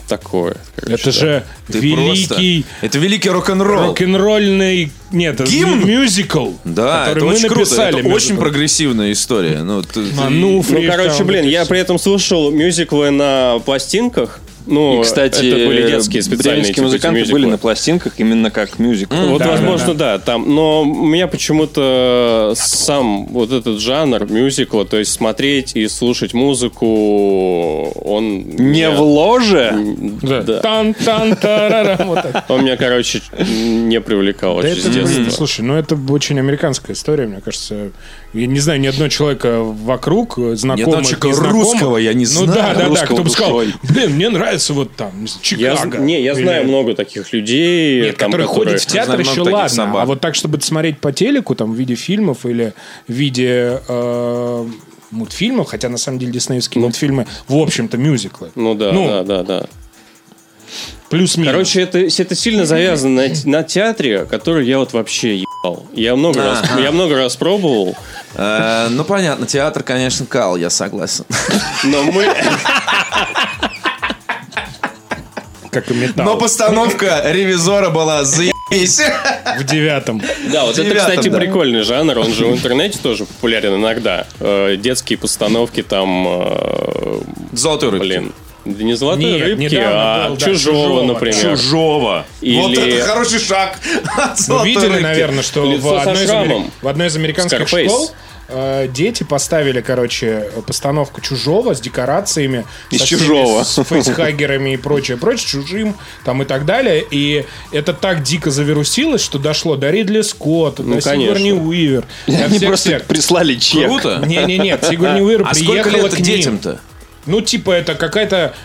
Speaker 4: такое. короче,
Speaker 2: Это
Speaker 4: да.
Speaker 2: же
Speaker 1: Ты
Speaker 2: великий
Speaker 1: просто- Это великий рок-н-ролл.
Speaker 2: рок-н-ролльный... Нет, это
Speaker 1: Гимн?
Speaker 2: мюзикл,
Speaker 1: Да,
Speaker 2: который
Speaker 1: это
Speaker 2: мы
Speaker 1: очень круто.
Speaker 2: написали.
Speaker 1: Это
Speaker 2: между
Speaker 1: очень
Speaker 2: прочим. А,
Speaker 1: прогрессивная история. Ну, ты- ты-
Speaker 2: Ману,
Speaker 4: Ну,
Speaker 2: Фриртаун,
Speaker 4: короче, блин,
Speaker 2: это
Speaker 4: я
Speaker 2: всё.
Speaker 4: при этом слушал мюзиклы на пластинках. Ну,
Speaker 3: И, кстати,
Speaker 4: это были детские специальные
Speaker 3: бременские
Speaker 4: типа, эти
Speaker 3: музыканты
Speaker 4: мюзиклы.
Speaker 3: были на пластинках именно как мюзикл.
Speaker 4: Вот,
Speaker 2: да,
Speaker 4: возможно, да, там. Но у меня почему-то сам вот этот жанр мюзикла, то есть смотреть и слушать музыку, он
Speaker 3: Не
Speaker 4: меня-
Speaker 3: в ложе?
Speaker 2: Да.
Speaker 4: Да.
Speaker 2: тан тан тарарам, вот так.
Speaker 4: Он меня, короче, не привлекал
Speaker 2: Да
Speaker 4: очень с
Speaker 2: это, блин,
Speaker 4: детства.
Speaker 2: слушай, ну это очень американская история, мне кажется. Я не знаю ни одного человека вокруг, э, знакомых,
Speaker 1: человека
Speaker 2: незнакомых.
Speaker 1: русского я не
Speaker 2: Ну
Speaker 1: знаю.
Speaker 2: да, да, да,
Speaker 3: Русского
Speaker 2: кто бы сказал,
Speaker 3: душой.
Speaker 2: блин, мне нравится вот там, не знаю,
Speaker 4: Я,
Speaker 2: Чикаго.
Speaker 4: з- не, я
Speaker 2: Или-
Speaker 4: знаю много таких людей,
Speaker 2: Нет,
Speaker 4: там,
Speaker 2: которые
Speaker 4: которые-
Speaker 2: ходят в театр
Speaker 1: Знаю много
Speaker 2: еще
Speaker 1: таких
Speaker 2: ладно,
Speaker 1: собак.
Speaker 2: а вот так, чтобы смотреть по телеку, там, в виде фильмов или в виде э, мультфильмов, хотя на самом деле диснеевские мультфильмы, в общем-то, мюзиклы.
Speaker 4: Ну да,
Speaker 2: Ну,
Speaker 4: да, да, да.
Speaker 2: Плюс-минус.
Speaker 4: Короче, это, это сильно завязано на, на театре, который я вот вообще ебал. Я много, раз,
Speaker 1: Ага.
Speaker 4: я много раз пробовал,
Speaker 1: Э, Ну, понятно, театр, конечно, кал, я согласен.
Speaker 4: но мы...
Speaker 2: как и металл.
Speaker 1: Но постановка ревизора была заебись.
Speaker 2: В девятом.
Speaker 4: Да, вот это,
Speaker 1: Девятом,
Speaker 4: кстати,
Speaker 1: да.
Speaker 4: прикольный жанр. Он же в интернете тоже популярен иногда. Э, Детские постановки там... э,
Speaker 1: Золотой рыбки.
Speaker 4: Блин. Да не золотые
Speaker 2: Нет,
Speaker 4: рыбки,
Speaker 2: недавно
Speaker 4: а
Speaker 2: был, да,
Speaker 4: чужого,
Speaker 2: «Чужого».
Speaker 4: например.
Speaker 1: Чужого. Вот
Speaker 4: Или-
Speaker 1: это хороший шаг. от
Speaker 2: Вы
Speaker 1: «Золотой
Speaker 2: Ну, видели,
Speaker 1: рыбки».
Speaker 2: наверное, что
Speaker 4: Лицо
Speaker 2: в
Speaker 4: со
Speaker 2: одной, из
Speaker 4: шрамом.
Speaker 2: амери- в одной из американских
Speaker 4: Scarface.
Speaker 2: школ э, дети поставили, короче, э, постановку чужого с декорациями,
Speaker 3: Из
Speaker 2: со всеми
Speaker 3: «Чужого».
Speaker 2: с фейсхагерами и прочее, прочее, чужим там и так далее. И это так дико завирусилось, что дошло до Ридли Скотта, до
Speaker 4: конечно.
Speaker 2: Сигурни Уивер. до
Speaker 3: Они
Speaker 2: всех
Speaker 3: просто
Speaker 2: всех.
Speaker 3: прислали чек.
Speaker 1: Круто.
Speaker 2: Не-не-не, Сигурни Уивер
Speaker 1: А сколько
Speaker 2: приехала
Speaker 1: лет
Speaker 2: к ним.
Speaker 1: детям-то?
Speaker 2: Ну, типа, это какая-то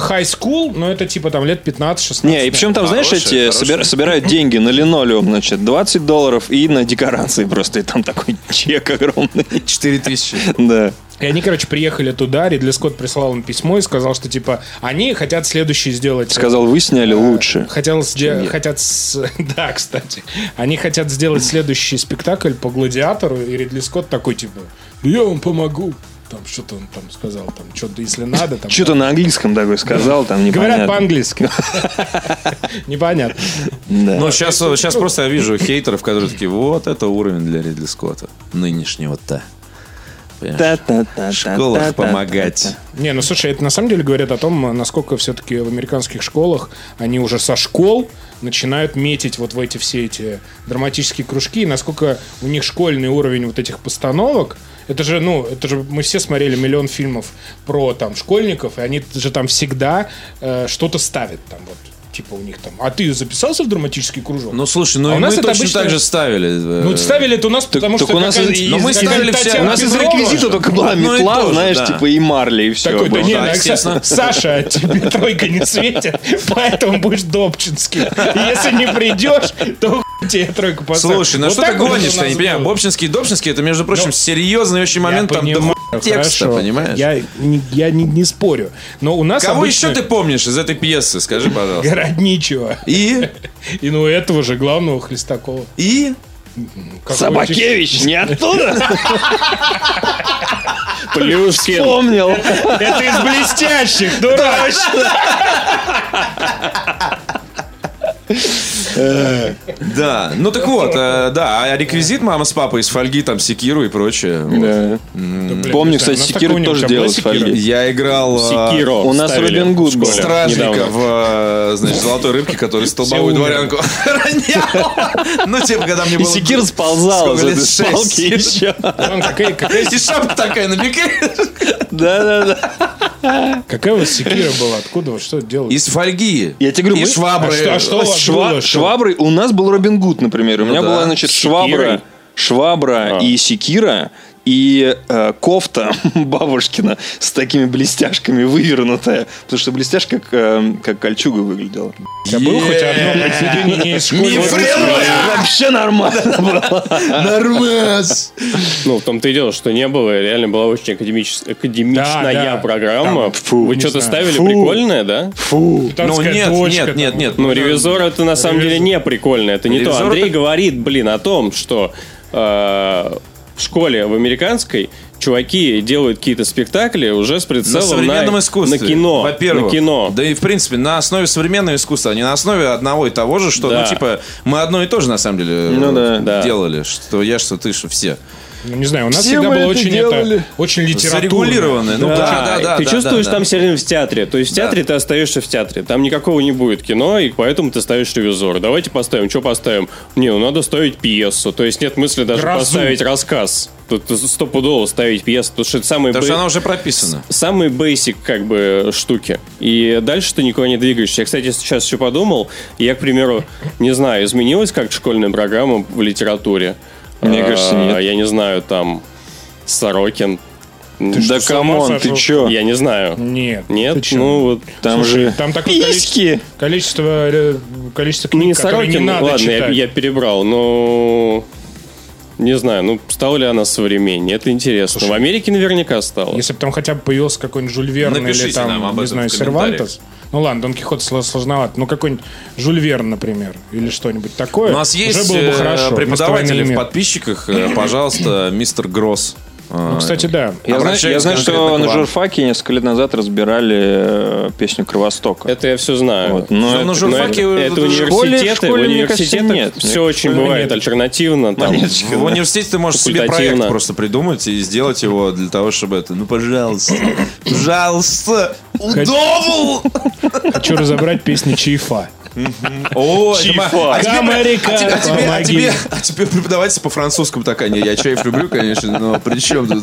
Speaker 2: хай school, но это типа там лет 15-16.
Speaker 3: Не, и причем там, знаешь,
Speaker 1: Хорошая,
Speaker 3: эти собир-
Speaker 1: хорошая.
Speaker 3: собирают деньги на линолеум, значит, 20 долларов и на декорации просто. И там такой чек огромный.
Speaker 1: 4000.
Speaker 3: Да.
Speaker 2: И они, короче, приехали туда, Ридли Скотт прислал им письмо и сказал, что, типа, они хотят следующее сделать.
Speaker 3: Сказал, вы сняли лучше.
Speaker 2: Хотел сде- хотят... с- Да, кстати. Они хотят сделать следующий спектакль по «Гладиатору», и Ридли Скотт такой, типа, я вам помогу. Там что-то он там сказал, там, что-то, если надо, там...
Speaker 3: Что-то на английском такой сказал, там
Speaker 2: Говорят
Speaker 3: непонятно.
Speaker 2: по-английски. Непонятно.
Speaker 3: Да.
Speaker 1: Ну, сейчас, сейчас просто я вижу хейтеров, которые такие, вот это уровень для Ридли Скотта. Нынешнего-то. Понимаешь?
Speaker 3: Та-та-та-та-та-та.
Speaker 1: В школах помогать.
Speaker 2: Не, ну слушай, это на самом деле говорит о том, насколько все-таки в американских школах они уже со школ начинают метить вот в эти все эти драматические кружки, и насколько у них школьный уровень вот этих постановок. Это же, ну, это же мы все смотрели миллион фильмов про там школьников, и они же там всегда э, что-то ставят там вот. Типа у них там, а ты записался в драматический кружок?
Speaker 1: Ну, слушай, ну
Speaker 2: А
Speaker 1: и
Speaker 2: у нас
Speaker 1: мы
Speaker 2: это
Speaker 1: точно
Speaker 2: обычно-
Speaker 1: так же ставили. э,
Speaker 2: ну, ставили это у нас, потому
Speaker 3: так
Speaker 2: что...
Speaker 3: у нас
Speaker 2: какая-нибудь-
Speaker 3: из-
Speaker 1: но мы
Speaker 2: какая-нибудь
Speaker 1: ставили все-
Speaker 2: Татьяна
Speaker 3: У нас из
Speaker 2: Петрова.
Speaker 3: реквизита только была
Speaker 1: Одно и
Speaker 3: метла,
Speaker 1: то же,
Speaker 3: знаешь,
Speaker 1: да.
Speaker 3: типа и Марли, и все.
Speaker 2: Такой, да не,
Speaker 1: да,
Speaker 2: ну,
Speaker 1: естественно.
Speaker 2: Оксана, Саша, тебе тройка не светит, поэтому будешь Добчинским. И Если не придешь, то хуй тебе тройку поставят.
Speaker 1: Слушай, ну
Speaker 2: Вот
Speaker 1: что ты
Speaker 2: так вот
Speaker 1: гонишь-то,
Speaker 2: у
Speaker 1: я
Speaker 2: нас
Speaker 1: не понимаю.
Speaker 2: было.
Speaker 1: Бобчинский и Добчинский, это, между прочим,
Speaker 2: Ну,
Speaker 1: серьезный
Speaker 2: Я
Speaker 1: очень момент. Там до
Speaker 2: понимаю,
Speaker 1: хуя текста,
Speaker 2: хорошо.
Speaker 1: понимаешь?
Speaker 2: Я, не, я не, не спорю. Но у нас
Speaker 1: Кого
Speaker 2: обычно
Speaker 1: еще ты помнишь из этой пьесы, скажи, пожалуйста?
Speaker 2: Городничего.
Speaker 1: И?
Speaker 2: И ну этого же главного Христакова.
Speaker 1: И?
Speaker 2: Какой
Speaker 3: Собакевич, не оттуда?
Speaker 4: Плюшкин.
Speaker 3: Помнил.
Speaker 2: Это из блестящих, дурак!
Speaker 1: Да, ну так вот, э, да, а реквизит мама с папой из фольги, там, секиру и прочее. вот.
Speaker 2: Ну,
Speaker 3: Помню, кстати, секиру тоже делают фольги.
Speaker 1: Я играл э,
Speaker 4: Секиро.
Speaker 3: У нас
Speaker 4: ставили
Speaker 3: Робин Гуд
Speaker 4: в школе
Speaker 3: был.
Speaker 1: стражника
Speaker 4: недавно.
Speaker 1: в, э, значит, золотой рыбке, который столбовую
Speaker 2: умерли.
Speaker 1: дворянку ронял. Ну, типа, когда мне
Speaker 3: И
Speaker 1: было...
Speaker 3: секира сползала
Speaker 1: Сколько
Speaker 3: с
Speaker 1: лет?
Speaker 3: этой
Speaker 1: Шесть.
Speaker 3: палки еще.
Speaker 2: Какая, какая,
Speaker 1: И шапка такая на пике.
Speaker 3: Да-да-да.
Speaker 2: какая у вас секира была? Откуда? вы- Что делали?
Speaker 1: Из фольги.
Speaker 3: Я тебе говорю,
Speaker 1: И
Speaker 3: мы-
Speaker 1: швабры.
Speaker 2: А что- а что у вас
Speaker 3: Шва-
Speaker 2: было? что?
Speaker 3: Шваброй. У нас был Робин Гуд, например. У меня
Speaker 1: да.
Speaker 3: была, значит,
Speaker 4: Ну Секирой?
Speaker 3: швабра, швабра
Speaker 4: А.
Speaker 3: и секира. И э, кофта бабушкина с такими блестяшками вывернутая. Потому что блестяшка как, э, как кольчуга выглядела.
Speaker 2: У тебя было хоть одно произведение не из школы?
Speaker 3: Вообще нормально было.
Speaker 1: Нормас!
Speaker 4: Ну, в том-то и дело, что не было. Реально была очень академичес- академичная
Speaker 2: Да, да.
Speaker 4: программа.
Speaker 2: Там,
Speaker 4: Вы
Speaker 2: не
Speaker 4: что-то
Speaker 2: знаю.
Speaker 4: ставили
Speaker 2: Фу.
Speaker 4: прикольное, да?
Speaker 1: Ну,
Speaker 2: Танская
Speaker 1: нет,
Speaker 2: точка
Speaker 1: нет,
Speaker 2: там.
Speaker 1: нет, нет.
Speaker 4: Ну, ревизор это на самом деле не прикольно, это не то.
Speaker 1: Ревизор
Speaker 4: Андрей
Speaker 1: это-
Speaker 4: говорит, блин, о том, что э, в школе в американской чуваки делают какие-то спектакли уже с
Speaker 1: На
Speaker 4: прицелом на,
Speaker 1: современном искусстве.
Speaker 4: на кино.
Speaker 1: Во-первых.
Speaker 4: на кино.
Speaker 1: Да и, в принципе, на основе современного искусства, а не на основе одного и того же, что,
Speaker 4: Да.
Speaker 1: ну, типа, мы одно и то же, на самом деле,
Speaker 3: Ну да,
Speaker 1: э,
Speaker 4: да.
Speaker 1: делали. Что я, что ты, что все.
Speaker 2: Ну, не знаю, у нас
Speaker 3: Все
Speaker 2: всегда
Speaker 3: мы
Speaker 2: было
Speaker 3: это
Speaker 2: очень
Speaker 3: делали.
Speaker 2: это... Очень литературно.
Speaker 1: Зарегулированное. Ну, да, да, да.
Speaker 4: ты
Speaker 1: да,
Speaker 4: чувствуешь
Speaker 1: да,
Speaker 4: там
Speaker 1: да.
Speaker 4: все время в театре. То есть в театре ты остаешься в театре. Там никакого не будет кино, и поэтому ты ставишь ревизор. Давайте поставим. Что поставим? Не, ну надо ставить пьесу. То есть нет мысли даже
Speaker 2: Грозу.
Speaker 4: поставить рассказ. Тут стопудово ставить пьесу, потому что это самый
Speaker 1: Потому
Speaker 4: бе-
Speaker 1: что она уже прописана.
Speaker 4: самые basic как бы штуки. И дальше ты никуда не двигаешься. Я, кстати, сейчас еще подумал. Я, к примеру, не знаю, изменилась как школьная программа в литературе?
Speaker 3: Мне кажется,
Speaker 4: А,
Speaker 3: нет.
Speaker 4: Я не знаю, там, Сорокин.
Speaker 3: Да
Speaker 2: с ума
Speaker 3: камон, ты
Speaker 2: сошел?
Speaker 3: чё?
Speaker 4: Я не знаю.
Speaker 2: Нет. ты
Speaker 4: Нет?
Speaker 2: чё?
Speaker 4: Ну, вот
Speaker 3: Там же
Speaker 2: Там такое количе-
Speaker 3: письки.
Speaker 2: количество, э, количество
Speaker 4: не
Speaker 2: книг, которые не
Speaker 4: Сорокин,
Speaker 2: надо
Speaker 4: ладно, я,
Speaker 2: читать.
Speaker 4: я перебрал, но... Не знаю, ну, стала ли она современнее, это интересно. в Америке наверняка стало.
Speaker 2: Если бы там хотя бы появился какой-нибудь Жюль Верн
Speaker 1: Напишите
Speaker 2: или там,
Speaker 1: нам об
Speaker 2: не
Speaker 1: этом
Speaker 2: знаю,
Speaker 1: в комментариях.
Speaker 2: Сервантес. Ну ладно, Дон Кихот сло- сложновато. Ну какой-нибудь Жюль Верн, например, или что-нибудь такое.
Speaker 1: У нас есть
Speaker 2: Уже было
Speaker 1: э,
Speaker 2: бы хорошо.
Speaker 1: преподаватели
Speaker 2: Настроение
Speaker 1: в
Speaker 2: мира.
Speaker 1: подписчиках. э, Пожалуйста, мистер Гросс.
Speaker 2: Ну, Кстати, да.
Speaker 3: Я знаю, я
Speaker 1: Обращаюсь
Speaker 3: знаю,
Speaker 1: конкретно
Speaker 3: что
Speaker 1: к
Speaker 3: на
Speaker 1: вам.
Speaker 3: журфаке несколько лет назад разбирали э, песню Кровостока.
Speaker 4: Это я все знаю.
Speaker 3: Вот, но
Speaker 1: Что, ну,
Speaker 3: это-
Speaker 1: жур-
Speaker 4: Но
Speaker 1: Журфаки
Speaker 4: это,
Speaker 1: вы-
Speaker 4: это
Speaker 1: в
Speaker 4: университеты,
Speaker 3: школе- в школе,
Speaker 4: в
Speaker 3: мне
Speaker 4: университетах
Speaker 3: кажется, нет.
Speaker 4: все очень бывает альтернативно. Там.
Speaker 3: Монеточка,
Speaker 1: В университете ты можешь себе
Speaker 4: Факультативно.
Speaker 1: проект просто придумать и сделать его для того, чтобы это... Ну, пожалуйста, пожалуйста, удовол!
Speaker 2: Хочу А разобрать песни Чайфа.
Speaker 1: О, это ма- а тебе-
Speaker 2: Камарика,
Speaker 1: а тебе- а тебе- а
Speaker 2: помоги.
Speaker 1: тебе- а тебе преподаватель по французскому такая, не, я чаев люблю, конечно, но при чем тут?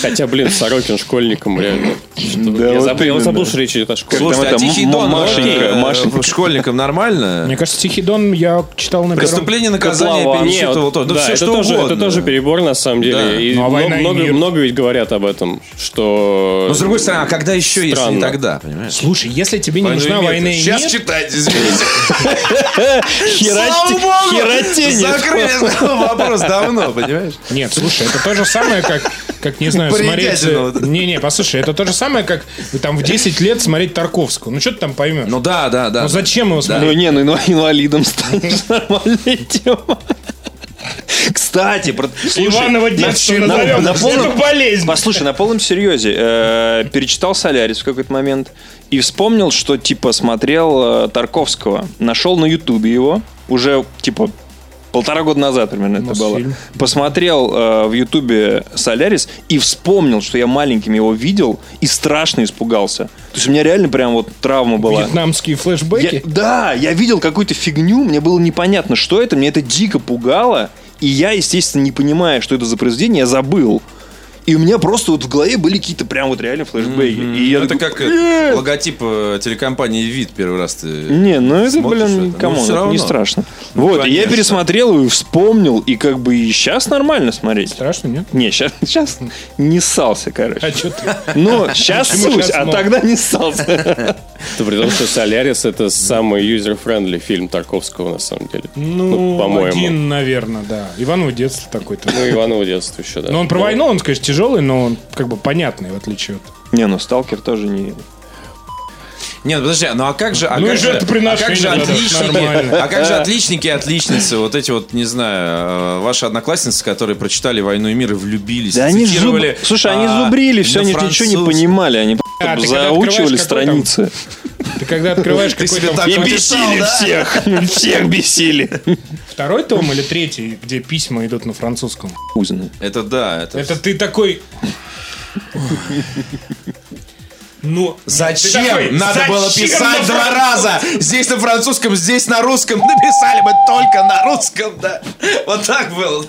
Speaker 4: Хотя, блин, Сорокин школьником реально.
Speaker 3: Да,
Speaker 4: я
Speaker 3: вот
Speaker 4: забыл, я
Speaker 3: именно.
Speaker 4: забыл, что речь идет о школе.
Speaker 3: Слушай,
Speaker 1: Слушайте, а
Speaker 3: это
Speaker 1: Тихий
Speaker 3: М-
Speaker 1: Дон,
Speaker 3: Машенька,
Speaker 1: э,
Speaker 3: Машенька.
Speaker 1: школьникам нормально?
Speaker 2: Мне кажется, Тихий Дон я читал на первом...
Speaker 1: Преступление, наказание,
Speaker 4: Котлован.
Speaker 1: пересчитывал
Speaker 4: Нет,
Speaker 1: то. Да
Speaker 4: да,
Speaker 1: все
Speaker 4: это,
Speaker 1: Ну, что
Speaker 4: тоже,
Speaker 1: угодно.
Speaker 4: это тоже перебор, на самом деле.
Speaker 1: Да.
Speaker 4: И
Speaker 2: Ну, а
Speaker 4: мно-
Speaker 2: «Война и
Speaker 4: много,
Speaker 2: мир»?
Speaker 4: много ведь говорят об этом, что...
Speaker 3: Ну,
Speaker 1: Но с другой стороны, а когда еще, если не
Speaker 4: Странно.
Speaker 1: тогда, понимаешь?
Speaker 2: Слушай, если тебе не нужна война и
Speaker 1: Сейчас
Speaker 2: мир,
Speaker 1: читайте, извините. Слава
Speaker 4: Херати-
Speaker 1: богу!
Speaker 4: хератенец.
Speaker 1: Закрыли этот вопрос давно, понимаешь?
Speaker 2: Нет, слушай, это то же самое, как, как не знаю, смотреть... э,
Speaker 1: Бредятина вот.
Speaker 2: Не-не, послушай, это то же самое, как там в 10 лет смотреть Тарковскую. Ну, что ты там поймешь?
Speaker 1: Ну да, да, да.
Speaker 2: Ну, зачем его смотреть?
Speaker 3: Ну не, ну инва- инвалидом станешь нормальная тема. Кстати, про... слушай,
Speaker 2: Иваново
Speaker 3: на-
Speaker 2: детство
Speaker 3: на-
Speaker 2: назовем.
Speaker 3: на полном-
Speaker 2: Это болезнь.
Speaker 3: Послушай, на полном серьезе э, перечитал Солярис в какой-то момент и вспомнил, что типа смотрел э, Тарковского, нашел на Ютубе его уже типа полтора года назад примерно это было.
Speaker 2: Мосфильм.
Speaker 3: Посмотрел э, в Ютубе Солярис и вспомнил, что я маленьким его видел и страшно испугался. То есть у меня реально прям вот травма была.
Speaker 2: Вьетнамские
Speaker 3: Я-
Speaker 2: флешбеки?
Speaker 3: да, я видел какую-то фигню, мне было непонятно, что это, мне это дико пугало, и я, естественно, не понимая, что это за произведение, я забыл. И у меня просто вот в голове были какие-то прям вот реально флешбеки. И я
Speaker 1: Это
Speaker 3: такой,
Speaker 1: как э, логотип э, телекомпании «Вид» первый раз ты...
Speaker 3: не, ну это,
Speaker 1: Смотришь
Speaker 3: блин,
Speaker 1: это? Ну,
Speaker 3: камон,
Speaker 1: всё
Speaker 3: это
Speaker 1: равно.
Speaker 3: не страшно.
Speaker 1: Ну,
Speaker 3: вот, и я
Speaker 1: конечно.
Speaker 3: пересмотрел и вспомнил, и как бы и сейчас нормально смотреть.
Speaker 2: Страшно, нет?
Speaker 3: Не, сейчас, сейчас не ссался, короче.
Speaker 2: А что ты?
Speaker 3: Ну, сейчас
Speaker 2: Почему
Speaker 3: суть,
Speaker 2: щас
Speaker 3: а
Speaker 2: мог?
Speaker 3: тогда не ссался.
Speaker 4: Это при том, что «Солярис» — это самый юзер-френдли фильм Тарковского, на самом деле.
Speaker 2: Ну,
Speaker 4: по-моему.
Speaker 2: один, наверное, да. Иваново детство такой-то.
Speaker 4: Ну, Иваново детство еще, да.
Speaker 2: Но он про войну, он, конечно, тяжелый, но он как бы понятный, в отличие от...
Speaker 3: Не, ну Сталкер тоже не...
Speaker 1: Нет, подожди, ну а как же... А
Speaker 2: Ну и
Speaker 1: как же, а
Speaker 2: жертвоприношение
Speaker 1: как же
Speaker 2: надо,
Speaker 1: отличники,
Speaker 2: нормально.
Speaker 1: а как же отличники и отличницы, вот эти вот, не знаю, э, ваши одноклассницы, которые прочитали «Войну и мир» и влюбились,
Speaker 3: Да они
Speaker 1: цитировали...
Speaker 3: зуб... Слушай, они
Speaker 1: а,
Speaker 3: зубрили, все,
Speaker 1: на
Speaker 3: они ничего не
Speaker 1: французском.
Speaker 3: понимали, они
Speaker 2: А, ты когда
Speaker 3: заучивали
Speaker 2: открываешь, какой там-
Speaker 3: страницы.
Speaker 2: Ты когда открываешь
Speaker 1: Ты себе
Speaker 2: какой-то
Speaker 1: так вот-
Speaker 3: бесили всех, всех бесили.
Speaker 2: второй том или третий, где письма идут на французском,
Speaker 1: Это да, это...
Speaker 2: это ты такой... Ну,
Speaker 1: Зачем
Speaker 2: ты такой,
Speaker 1: надо было
Speaker 2: «Зачем
Speaker 1: писать
Speaker 2: на
Speaker 1: два
Speaker 2: фран-
Speaker 1: раза? Здесь на французском, здесь на русском. Написали бы только на русском, да. Вот так было.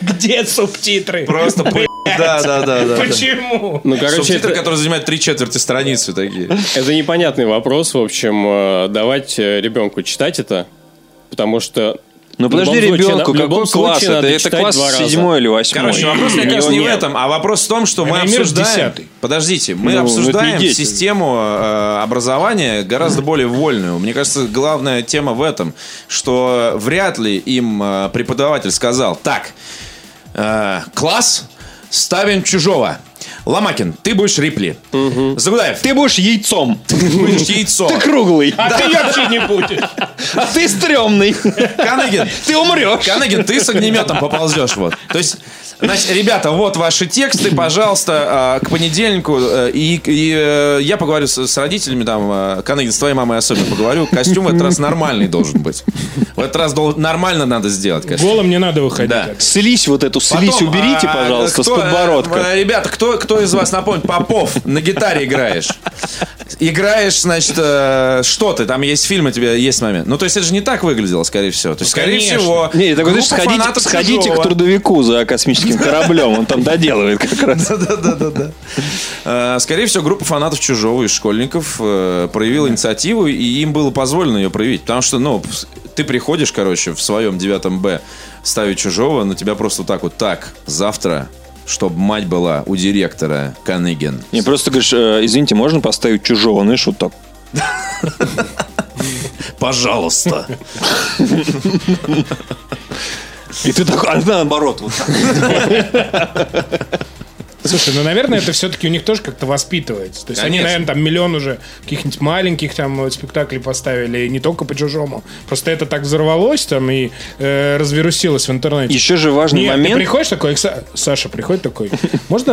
Speaker 2: Где субтитры?
Speaker 1: Просто по- Да, да, да, да.
Speaker 2: Почему?
Speaker 4: Ну, короче,
Speaker 1: Субтитры,
Speaker 4: это,
Speaker 1: которые занимают три четверти страницы такие.
Speaker 4: это непонятный вопрос, в общем, э, давать э, ребенку читать это, потому что...
Speaker 3: Ну подожди,
Speaker 4: любом случае,
Speaker 3: ребенку,
Speaker 4: на- в
Speaker 3: какой
Speaker 4: любом
Speaker 3: класс
Speaker 4: случае
Speaker 3: это?
Speaker 4: надо
Speaker 3: Это
Speaker 4: читать
Speaker 3: класс
Speaker 4: два раза.
Speaker 3: седьмой или восьмой.
Speaker 1: Короче, вопрос, мне
Speaker 4: Его
Speaker 1: кажется, не в
Speaker 4: нет.
Speaker 1: этом, а вопрос в том, что мы
Speaker 2: Например,
Speaker 1: обсуждаем...
Speaker 2: десятый.
Speaker 1: Подождите, мы
Speaker 3: Ну, ну, это не
Speaker 1: обсуждаем
Speaker 3: дети.
Speaker 1: систему э, образования гораздо более вольную. Мне кажется, главная тема в этом, что вряд ли им э, преподаватель сказал, так, э, класс, ставим чужого. Ломакин, ты будешь Рипли. Загудаев, ты
Speaker 3: Ты будешь яйцом.
Speaker 1: будешь яйцо.
Speaker 3: Ты круглый.
Speaker 2: А ты вообще не будешь.
Speaker 3: А ты стрёмный.
Speaker 1: Каныгин,
Speaker 3: Ты умрешь.
Speaker 1: Каныгин, ты с огнеметом поползешь. Вот. То есть, значит, ребята, вот ваши тексты, пожалуйста, э, к понедельнику. э, И, и, э, я поговорю с, с родителями, там, э, Каныгин, с твоей мамой особенно поговорю. Костюм в этот раз нормальный должен быть. В этот раз дол- нормально надо сделать костюм.
Speaker 2: Голым не надо выходить.
Speaker 1: Да.
Speaker 3: Слизь вот эту слизь
Speaker 1: Потом,
Speaker 3: уберите,
Speaker 1: а,
Speaker 3: пожалуйста, с
Speaker 1: кто, э,
Speaker 3: подбородка.
Speaker 1: э, Ребята, кто, кто из вас напомнит? Попов, на гитаре играешь. Играешь, значит, э, что ты? Там есть фильм, у тебя есть момент. Ну, то есть это же не так выглядело, скорее всего. То есть, скорее
Speaker 2: конечно.
Speaker 1: всего,
Speaker 3: Не, такой, знаешь,
Speaker 1: э, группа
Speaker 3: сходите,
Speaker 1: фанатов
Speaker 3: сходите к
Speaker 1: «Чужого».
Speaker 3: трудовику за космическим кораблем, он там доделывает как раз.
Speaker 1: Э, Скорее всего, группа фанатов чужого и школьников э, проявила инициативу, и им было позволено ее проявить. Потому что, ну, пс- ты приходишь, короче, в своем 9 Б ставить чужого, но тебя просто вот так вот, так, завтра, чтобы мать была у директора Каныгин.
Speaker 3: Не, просто говоришь, «Э, извините, можно поставить чужого? Ну и что так?
Speaker 1: Пожалуйста.
Speaker 3: И ты такой, а наоборот, вот так.
Speaker 2: Слушай, ну, наверное, это все-таки у них тоже как-то воспитывается. То есть они,
Speaker 1: Конечно.
Speaker 2: наверное, там миллион уже каких-нибудь маленьких там э, спектаклей поставили, и не только по-чужому. Просто это так взорвалось там и э, разверусилось в интернете.
Speaker 3: Еще же важный
Speaker 2: Нет, а ты
Speaker 3: момент.
Speaker 2: приходишь такой, «Са- Саша приходит такой, можно,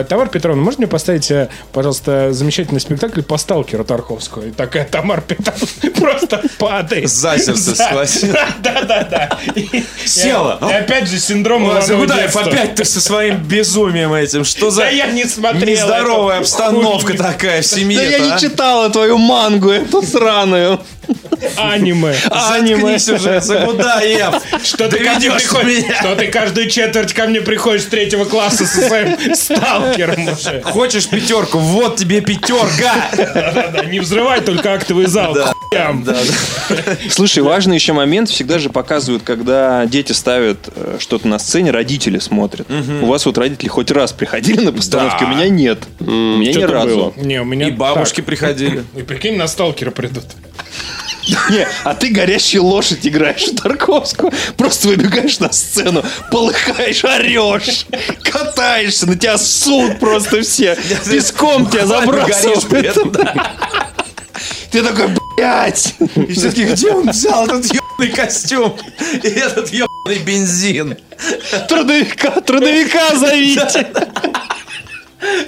Speaker 2: э, Тамара Петровна, можно мне поставить, э, пожалуйста, замечательный спектакль по сталкеру Тарковского? И такая Тамара Петровна просто падает.
Speaker 1: За сердце
Speaker 2: Да,
Speaker 1: схватила.
Speaker 2: Да, да, да. И-
Speaker 1: Села.
Speaker 2: И опять же синдром
Speaker 1: Ой,
Speaker 2: Иванова
Speaker 1: Загудаев,
Speaker 2: детства.
Speaker 1: опять ты со своим безумием этим. Что
Speaker 2: Да
Speaker 1: за
Speaker 2: я не смотрел.
Speaker 1: нездоровая
Speaker 2: эту
Speaker 1: обстановка
Speaker 2: хуйню.
Speaker 1: такая в а?
Speaker 3: Да
Speaker 1: семье
Speaker 3: я не читала твою мангу, эту сраную.
Speaker 2: Аниме.
Speaker 1: А,
Speaker 3: Аниме.
Speaker 1: Заткнись уже, Загудаев.
Speaker 2: Что ты, ко мне
Speaker 1: Доведешь
Speaker 2: приходишь,
Speaker 1: меня.
Speaker 2: что ты каждую четверть ко мне приходишь с третьего класса со своим сталкером уже.
Speaker 1: Хочешь пятерку? Вот тебе пятерка!
Speaker 2: Да-да-да, Не взрывай только актовый зал. к хуям.
Speaker 3: Слушай, важный еще момент. Всегда же показывают, когда дети ставят э, что-то на сцене, родители смотрят. У вас вот родители хоть раз приходили на постановки,
Speaker 1: Да.
Speaker 3: у меня нет. У меня ни
Speaker 4: что-то
Speaker 3: разу.
Speaker 4: было.
Speaker 2: Не, у меня
Speaker 1: И бабушки
Speaker 2: так.
Speaker 1: приходили.
Speaker 2: И прикинь, на сталкера придут.
Speaker 3: Не, а ты горящий лошадь играешь у Тарковского. Просто выбегаешь на сцену, полыхаешь, орешь, катаешься, на тебя суд просто все. Песком тебя
Speaker 1: горишь при этом,
Speaker 3: забрасывают. Ты такой, блядь.
Speaker 1: И все таки где он взял этот ебаный костюм и этот ебаный бензин?
Speaker 3: Трудовика, трудовика зовите.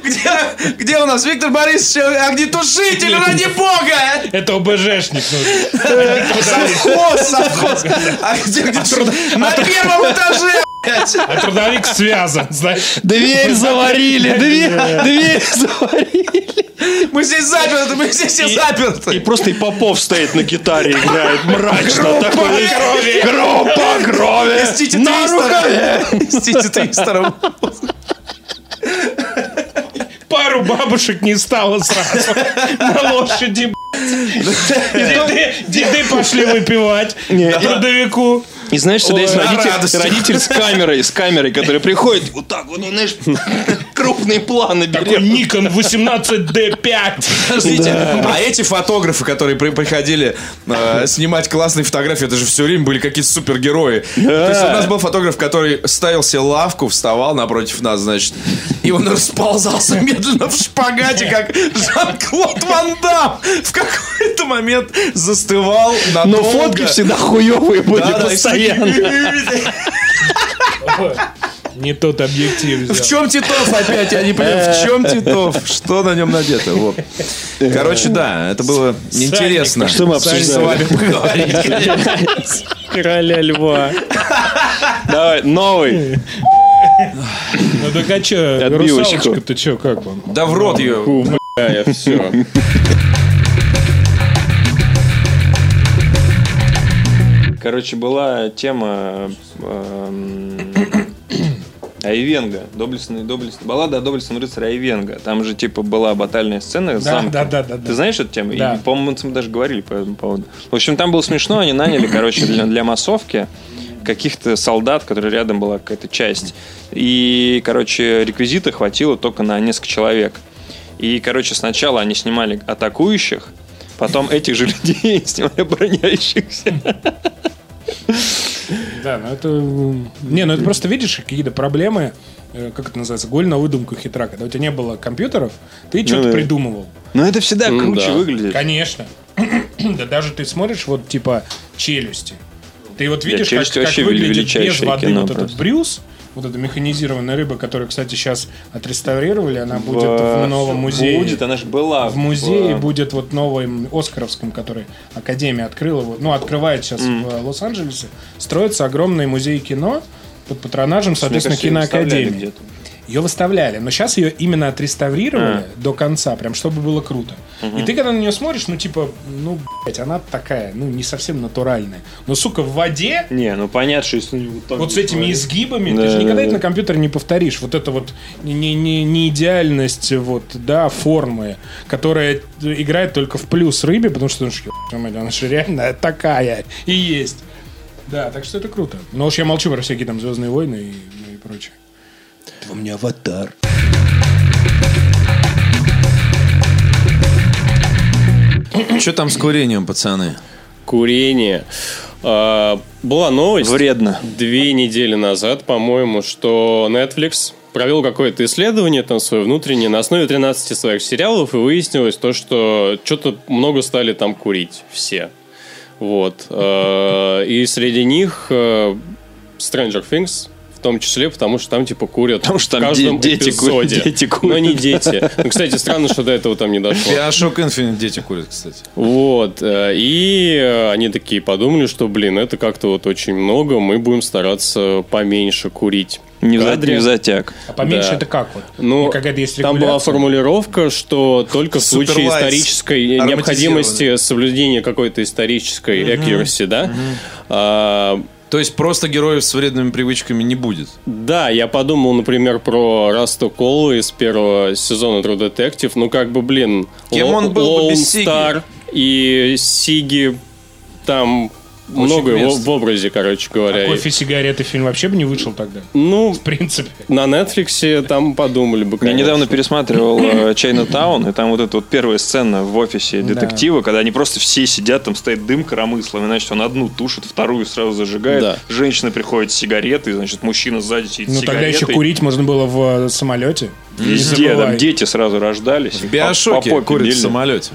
Speaker 1: Где, где у нас Виктор Борисович А огнетушитель, ради бога?
Speaker 2: Это ОБЖшник нужен.
Speaker 1: Совхоз, совхоз. А где огнетушитель?
Speaker 3: а
Speaker 1: На первом этаже, блядь.
Speaker 2: А трудовик связан, знаешь.
Speaker 3: Дверь заварили, дверь, дверь заварили.
Speaker 1: Мы здесь заперты, мы здесь все
Speaker 3: И
Speaker 1: заперты.
Speaker 3: просто и Попов стоит на гитаре, играет мрачно. такой.
Speaker 1: крови.
Speaker 3: Группа крови.
Speaker 1: Мстите
Speaker 3: На
Speaker 1: Твистера.
Speaker 3: рукаве.
Speaker 1: Мстите Твистером.
Speaker 2: Пару бабушек не стало сразу. На лошади, б***ь. И Деды деды пошли выпивать к трудовику.
Speaker 3: И И знаешь, всегда есть
Speaker 1: Ой, на
Speaker 3: родитель,
Speaker 1: радость.
Speaker 3: родитель с камерой, с камерой, который приходит вот так вот, он, знаешь, крупные планы
Speaker 2: Такой
Speaker 3: берет.
Speaker 2: Nikon 18D5.
Speaker 1: Подождите, а эти фотографы, которые при- приходили э, снимать классные фотографии, это же все время были какие-то супергерои. То есть у нас был фотограф, который ставил себе лавку, вставал напротив нас, значит, и он расползался медленно в шпагате, как Жан-Клод Ван Дам. В какой-то момент застывал
Speaker 3: Но
Speaker 1: надолго.
Speaker 3: фотки всегда хуевые были
Speaker 1: Да, да, и все такие,
Speaker 3: постоянно.
Speaker 2: Ой, Не тот объектив
Speaker 1: В
Speaker 2: взял.
Speaker 1: чем Титов опять? Я не понимаю, в чем Титов? Что на нем надето? Вот. Короче, да, это было интересно.
Speaker 3: Что мы
Speaker 1: С
Speaker 3: обсуждали?
Speaker 1: вами поговорить.
Speaker 4: Короля льва.
Speaker 3: Давай, новый.
Speaker 2: Ну так а че,
Speaker 3: Отбивочку.
Speaker 2: русалочка-то че, как вам?
Speaker 1: Да в рот ее.
Speaker 4: Бля, все.
Speaker 3: Короче, была тема эм, Айвенга. Доблестный, доблестный. Баллада о доблестном рыцаре Айвенга. Там же, типа, была батальная сцена. с
Speaker 2: Да,
Speaker 3: замком.
Speaker 2: да, да, да, да.
Speaker 3: Ты знаешь эту тему? И,
Speaker 2: Да.
Speaker 3: по-моему, мы с ним даже говорили по этому поводу. В общем, там было смешно, они наняли, короче, для, для массовки каких-то солдат, которые рядом была какая-то часть. И, короче, реквизита хватило только на несколько человек. И, короче, сначала они снимали атакующих, потом этих же людей снимали обороняющихся.
Speaker 2: Да, ну это... м, Не, ну это просто, видишь, какие-то проблемы, э, как это называется, голь на выдумку хитра. Когда у тебя не было компьютеров, ты что-то
Speaker 3: Ну да.
Speaker 2: придумывал.
Speaker 3: Но это всегда
Speaker 4: М,
Speaker 3: круче
Speaker 4: да.
Speaker 3: выглядит.
Speaker 2: Конечно. Да даже ты смотришь, вот, типа, «Челюсти». Ты вот видишь, как,
Speaker 3: «Челюсти»
Speaker 2: как
Speaker 3: вообще
Speaker 2: выглядит без
Speaker 3: величайшее
Speaker 2: воды
Speaker 3: кино
Speaker 2: вот этот
Speaker 3: просто.
Speaker 2: Брюс, вот эта механизированная рыба, которую, кстати, сейчас отреставрировали, она будет
Speaker 3: Э,
Speaker 2: в новом музее.
Speaker 3: Будет, она же была.
Speaker 2: А в
Speaker 3: типа,
Speaker 2: музее будет вот новым Оскаровском, который Академия открыла, вот, ну, открывает сейчас в Лос-Анджелесе, строится огромный музей кино под патронажем,
Speaker 3: Мне
Speaker 2: соответственно,
Speaker 3: кажется, ее выставляли
Speaker 2: киноакадемии.
Speaker 3: где-то.
Speaker 2: Ее выставляли, но сейчас ее именно отреставрировали
Speaker 3: А.
Speaker 2: до конца, прям чтобы было круто. И ты когда на нее смотришь, ну типа, ну, блядь, она такая, ну, не совсем натуральная. Но, сука, в воде,
Speaker 3: Не, ну понятно, что если вот так
Speaker 2: вот с этими
Speaker 3: смотреть.
Speaker 2: изгибами, ты
Speaker 3: Да,
Speaker 2: же
Speaker 3: да,
Speaker 2: никогда
Speaker 3: да.
Speaker 2: это на компьютере не повторишь. Вот это вот не, не, не идеальность вот, да, формы, которая играет только в плюс рыбе, потому что, ну, ж, ё- мать, она же реально такая и есть. Да, так что это круто. Но уж я молчу про всякие там «Звездные войны» и, ну и прочее.
Speaker 1: Что там с курением, пацаны?
Speaker 4: Курение. А, Была новость.
Speaker 3: Вредно.
Speaker 4: Две недели назад, по-моему, что Netflix провел какое-то исследование там свое внутреннее на основе 13 своих сериалов, и выяснилось то, что что-то много стали там курить все. Вот. Э, И среди них э, Stranger Things, в том числе, потому что там типа курят
Speaker 3: Потому что там
Speaker 4: в каждом
Speaker 3: де- дети ку-
Speaker 4: эпизоде.
Speaker 3: дети курят.
Speaker 4: Но не дети. Ну, кстати, странно, что до этого там не дошло.
Speaker 1: Биошок Infinite дети курят, кстати.
Speaker 4: Вот, э, и э, они такие подумали, что, блин, это как-то вот очень много, мы будем стараться поменьше курить.
Speaker 3: Не в, за-
Speaker 4: Кадре.
Speaker 3: не в затяг.
Speaker 2: А поменьше
Speaker 4: Да.
Speaker 2: это как вот?
Speaker 4: Ну,
Speaker 2: И какая-то есть
Speaker 4: там была
Speaker 2: регуляция?
Speaker 4: формулировка, что только в случае
Speaker 1: Суперлайт,
Speaker 4: исторической
Speaker 1: ароматизированный.
Speaker 4: необходимости соблюдения какой-то исторической accuracy, да? А,
Speaker 1: То есть просто героев с вредными привычками не будет.
Speaker 4: Да, я подумал, например, про Расту Колу из первого сезона True Detective. Ну, как бы, блин,
Speaker 1: Кем он был бы
Speaker 4: Лоун
Speaker 1: без Сиги?
Speaker 4: Стар и Сиги там многое в,
Speaker 1: мест.
Speaker 4: в образе, короче говоря.
Speaker 2: А кофе, сигареты фильм вообще бы не вышел тогда.
Speaker 4: Ну,
Speaker 2: В принципе.
Speaker 4: на Netflix там подумали бы,
Speaker 3: Я
Speaker 4: конечно.
Speaker 3: недавно пересматривал э, Чайна Таун, и там вот эта вот первая сцена в офисе
Speaker 2: Да.
Speaker 3: детектива, когда они просто все сидят, там стоит дым коромыслом, и значит он одну тушит, вторую сразу зажигает.
Speaker 4: Да.
Speaker 3: Женщина приходит с сигаретой, значит мужчина сзади сидит с
Speaker 2: Ну тогда
Speaker 3: сигаретой.
Speaker 2: еще курить можно было в э, самолете. Не
Speaker 3: Везде, там
Speaker 2: забывай.
Speaker 3: дети сразу рождались.
Speaker 1: В Биошоке
Speaker 3: По- по попе
Speaker 1: курят в
Speaker 3: били.
Speaker 1: самолете.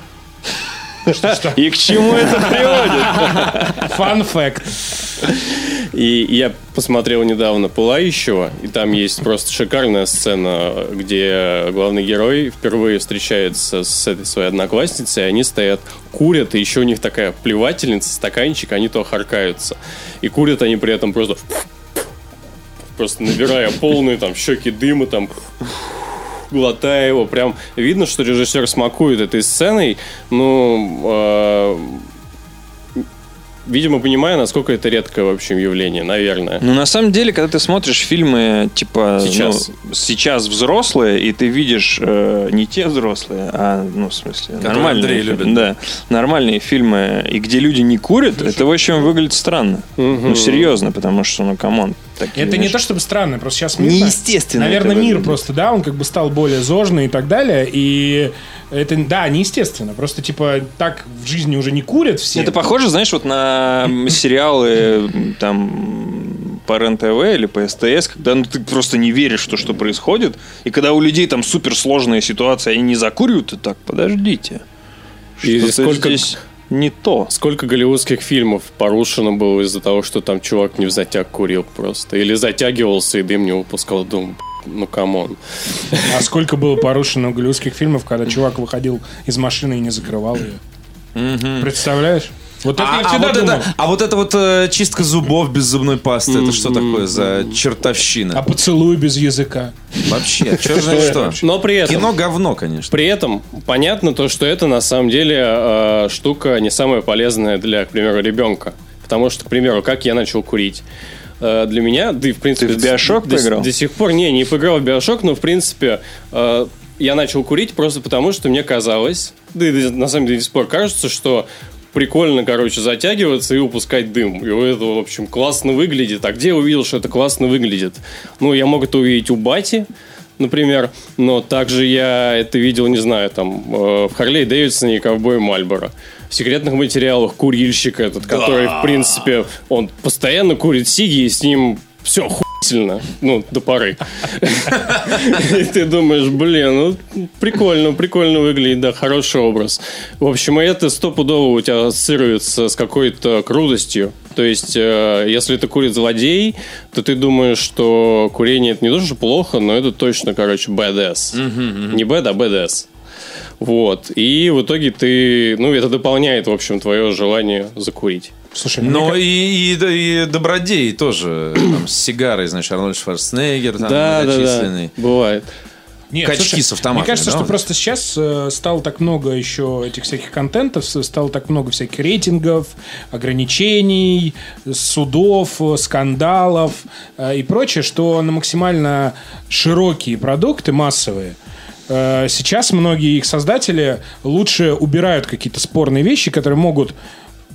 Speaker 3: И к чему это приводит?
Speaker 2: Фан факт.
Speaker 4: И я посмотрел недавно «Пылающего», и там есть просто шикарная сцена, где главный герой впервые встречается с этой своей одноклассницей, и они стоят, курят, и еще у них такая плевательница, стаканчик, они то харкаются. И курят они при этом просто... Просто набирая полные там щеки дыма, там глотая его, прям видно, что режиссер смакует этой сценой, ну, э, а, видимо, понимаю, насколько это редкое, в общем, явление, наверное.
Speaker 3: Ну, на самом деле, когда ты смотришь фильмы, типа,
Speaker 4: Сейчас.
Speaker 3: ну, сейчас взрослые, и ты видишь э, не те взрослые, а, ну, в смысле,
Speaker 1: Которые
Speaker 3: нормальные.
Speaker 1: Андрей
Speaker 3: фильмы,
Speaker 1: любит.
Speaker 3: Да, нормальные фильмы, и где люди не курят, это, в общем, выглядит странно. Ну, серьезно, потому что, ну, камон. такие
Speaker 2: Это не
Speaker 3: вещи.
Speaker 2: то, чтобы странно, просто сейчас
Speaker 3: Неестественно
Speaker 2: Наверное,
Speaker 3: это
Speaker 2: мир
Speaker 3: выглядит.
Speaker 2: просто, да, он как бы стал более зожный и так далее. И это, да, неестественно. Просто, типа, так в жизни уже не курят все.
Speaker 3: Это похоже, знаешь, вот на м, сериалы м, там по РЕН-ТВ или по СТС, когда ну, ты просто не веришь, что что происходит, и когда у людей там суперсложная ситуация, они не закуривают, ты так, подождите.
Speaker 4: И
Speaker 3: Что-то
Speaker 4: сколько-
Speaker 3: здесь не то.
Speaker 4: Сколько голливудских фильмов порушено было из-за того, что там чувак не в затяг курил просто. Или затягивался и дым не выпускал. Думаю, «Б***ь, ну камон.
Speaker 2: А сколько было порушено голливудских фильмов, когда чувак выходил из машины и не закрывал ее? Представляешь? Вот
Speaker 3: Ну,
Speaker 2: это я
Speaker 1: А, а
Speaker 2: всегда
Speaker 1: вот
Speaker 2: думал.
Speaker 1: это, а вот это вот э, чистка зубов без зубной пасты, это что
Speaker 3: М-м-м.
Speaker 1: такое за
Speaker 2: А
Speaker 1: чертовщина?
Speaker 2: поцелуй без языка.
Speaker 1: Вообще, что же что?
Speaker 4: Но при этом...
Speaker 1: Кино говно, конечно.
Speaker 4: При этом понятно то, что это на самом деле э, штука не самая полезная для, к примеру, ребенка. Потому что, к примеру, как я начал курить. Э, Для меня, да и в принципе...
Speaker 3: Ты в «Биошок»
Speaker 4: до,
Speaker 3: поиграл?
Speaker 4: До сих пор, не, не поиграл в Биошок, но в принципе э, я начал курить просто потому, что мне казалось, да и до- на самом деле до сих пор кажется, что прикольно, короче, затягиваться и выпускать дым. И это, в общем, классно выглядит. А где я увидел, что это классно выглядит? Ну, я мог это увидеть у Бати, например, но также я это видел, не знаю, там, э, в Харлей Дэвидсоне и Ковбой Мальборо. В секретных материалах курильщик этот, который, в принципе, он постоянно курит сиги, и с ним все охуительно. Ну, до поры. И ты думаешь, блин, ну, прикольно, прикольно выглядит, да, хороший образ. В общем, и это стопудово у тебя ассоциируется с какой-то крутостью. То есть, э, если ты курит злодей, то ты думаешь, что курение это не то, что плохо, но это точно, короче, badass. Не bad, а badass. Вот. И в итоге ты... Ну, это дополняет, в общем, твое желание закурить.
Speaker 2: Слушай, ну, мне
Speaker 1: Но
Speaker 2: ка-
Speaker 1: и, Ну и, да, и добродеи тоже. э, Там, с сигарой, значит, Арнольд Шварценеггер, там, многочисленный.
Speaker 4: Бывает.
Speaker 2: Нет,
Speaker 1: Качки
Speaker 2: слушай,
Speaker 1: с автоматами,
Speaker 2: Мне кажется,
Speaker 1: да,
Speaker 2: что
Speaker 1: вот?
Speaker 2: просто сейчас э, стало так много еще этих всяких контентов, с- стало так много всяких рейтингов, ограничений, судов, э, скандалов э, и прочее, что на максимально широкие продукты массовые э, сейчас многие их создатели лучше убирают какие-то спорные вещи, которые могут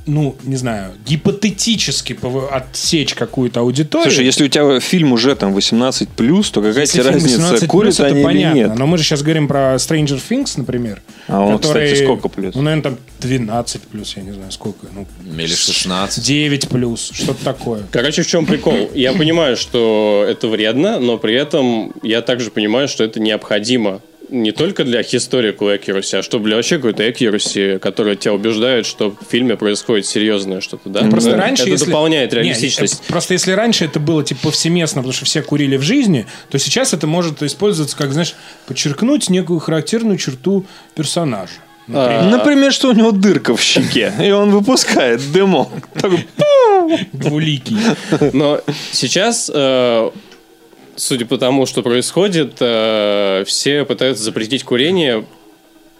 Speaker 2: ну, не знаю, гипотетически пов- отсечь какую-то аудиторию.
Speaker 3: Слушай, если у тебя фильм уже там 18 плюс, то какая
Speaker 2: Если
Speaker 3: тебе
Speaker 2: фильм
Speaker 3: разница,
Speaker 2: 18+,
Speaker 3: курят
Speaker 2: это
Speaker 3: они или
Speaker 2: понятно,
Speaker 3: нет?
Speaker 2: Но мы же сейчас говорим про Stranger Things, например.
Speaker 3: А он, кстати, сколько плюс?
Speaker 2: Ну, наверное, там 12 плюс, я не знаю, сколько. Ну,
Speaker 1: Или 16.
Speaker 2: 9 плюс, что-то такое.
Speaker 4: Короче, в чем прикол? Я понимаю, что это вредно, но при этом я также понимаю, что это необходимо не только для historical accuracy, а чтобы для вообще какой-то accuracy, которая тебя убеждает, что в фильме происходит серьезное что-то, да?
Speaker 2: Просто
Speaker 4: Ну,
Speaker 2: раньше,
Speaker 4: это
Speaker 2: если-
Speaker 4: дополняет
Speaker 2: Не,
Speaker 4: реалистичность.
Speaker 2: э, просто если раньше это было типа повсеместно, потому что все курили в жизни, то сейчас это может использоваться как, знаешь, подчеркнуть некую характерную черту персонажа.
Speaker 3: А. Например, что у него дырка в щеке, и он выпускает дымок. Такой, «Пу!»
Speaker 2: Двуликий.
Speaker 4: Но сейчас, э, судя по тому, что происходит, э, все пытаются запретить курение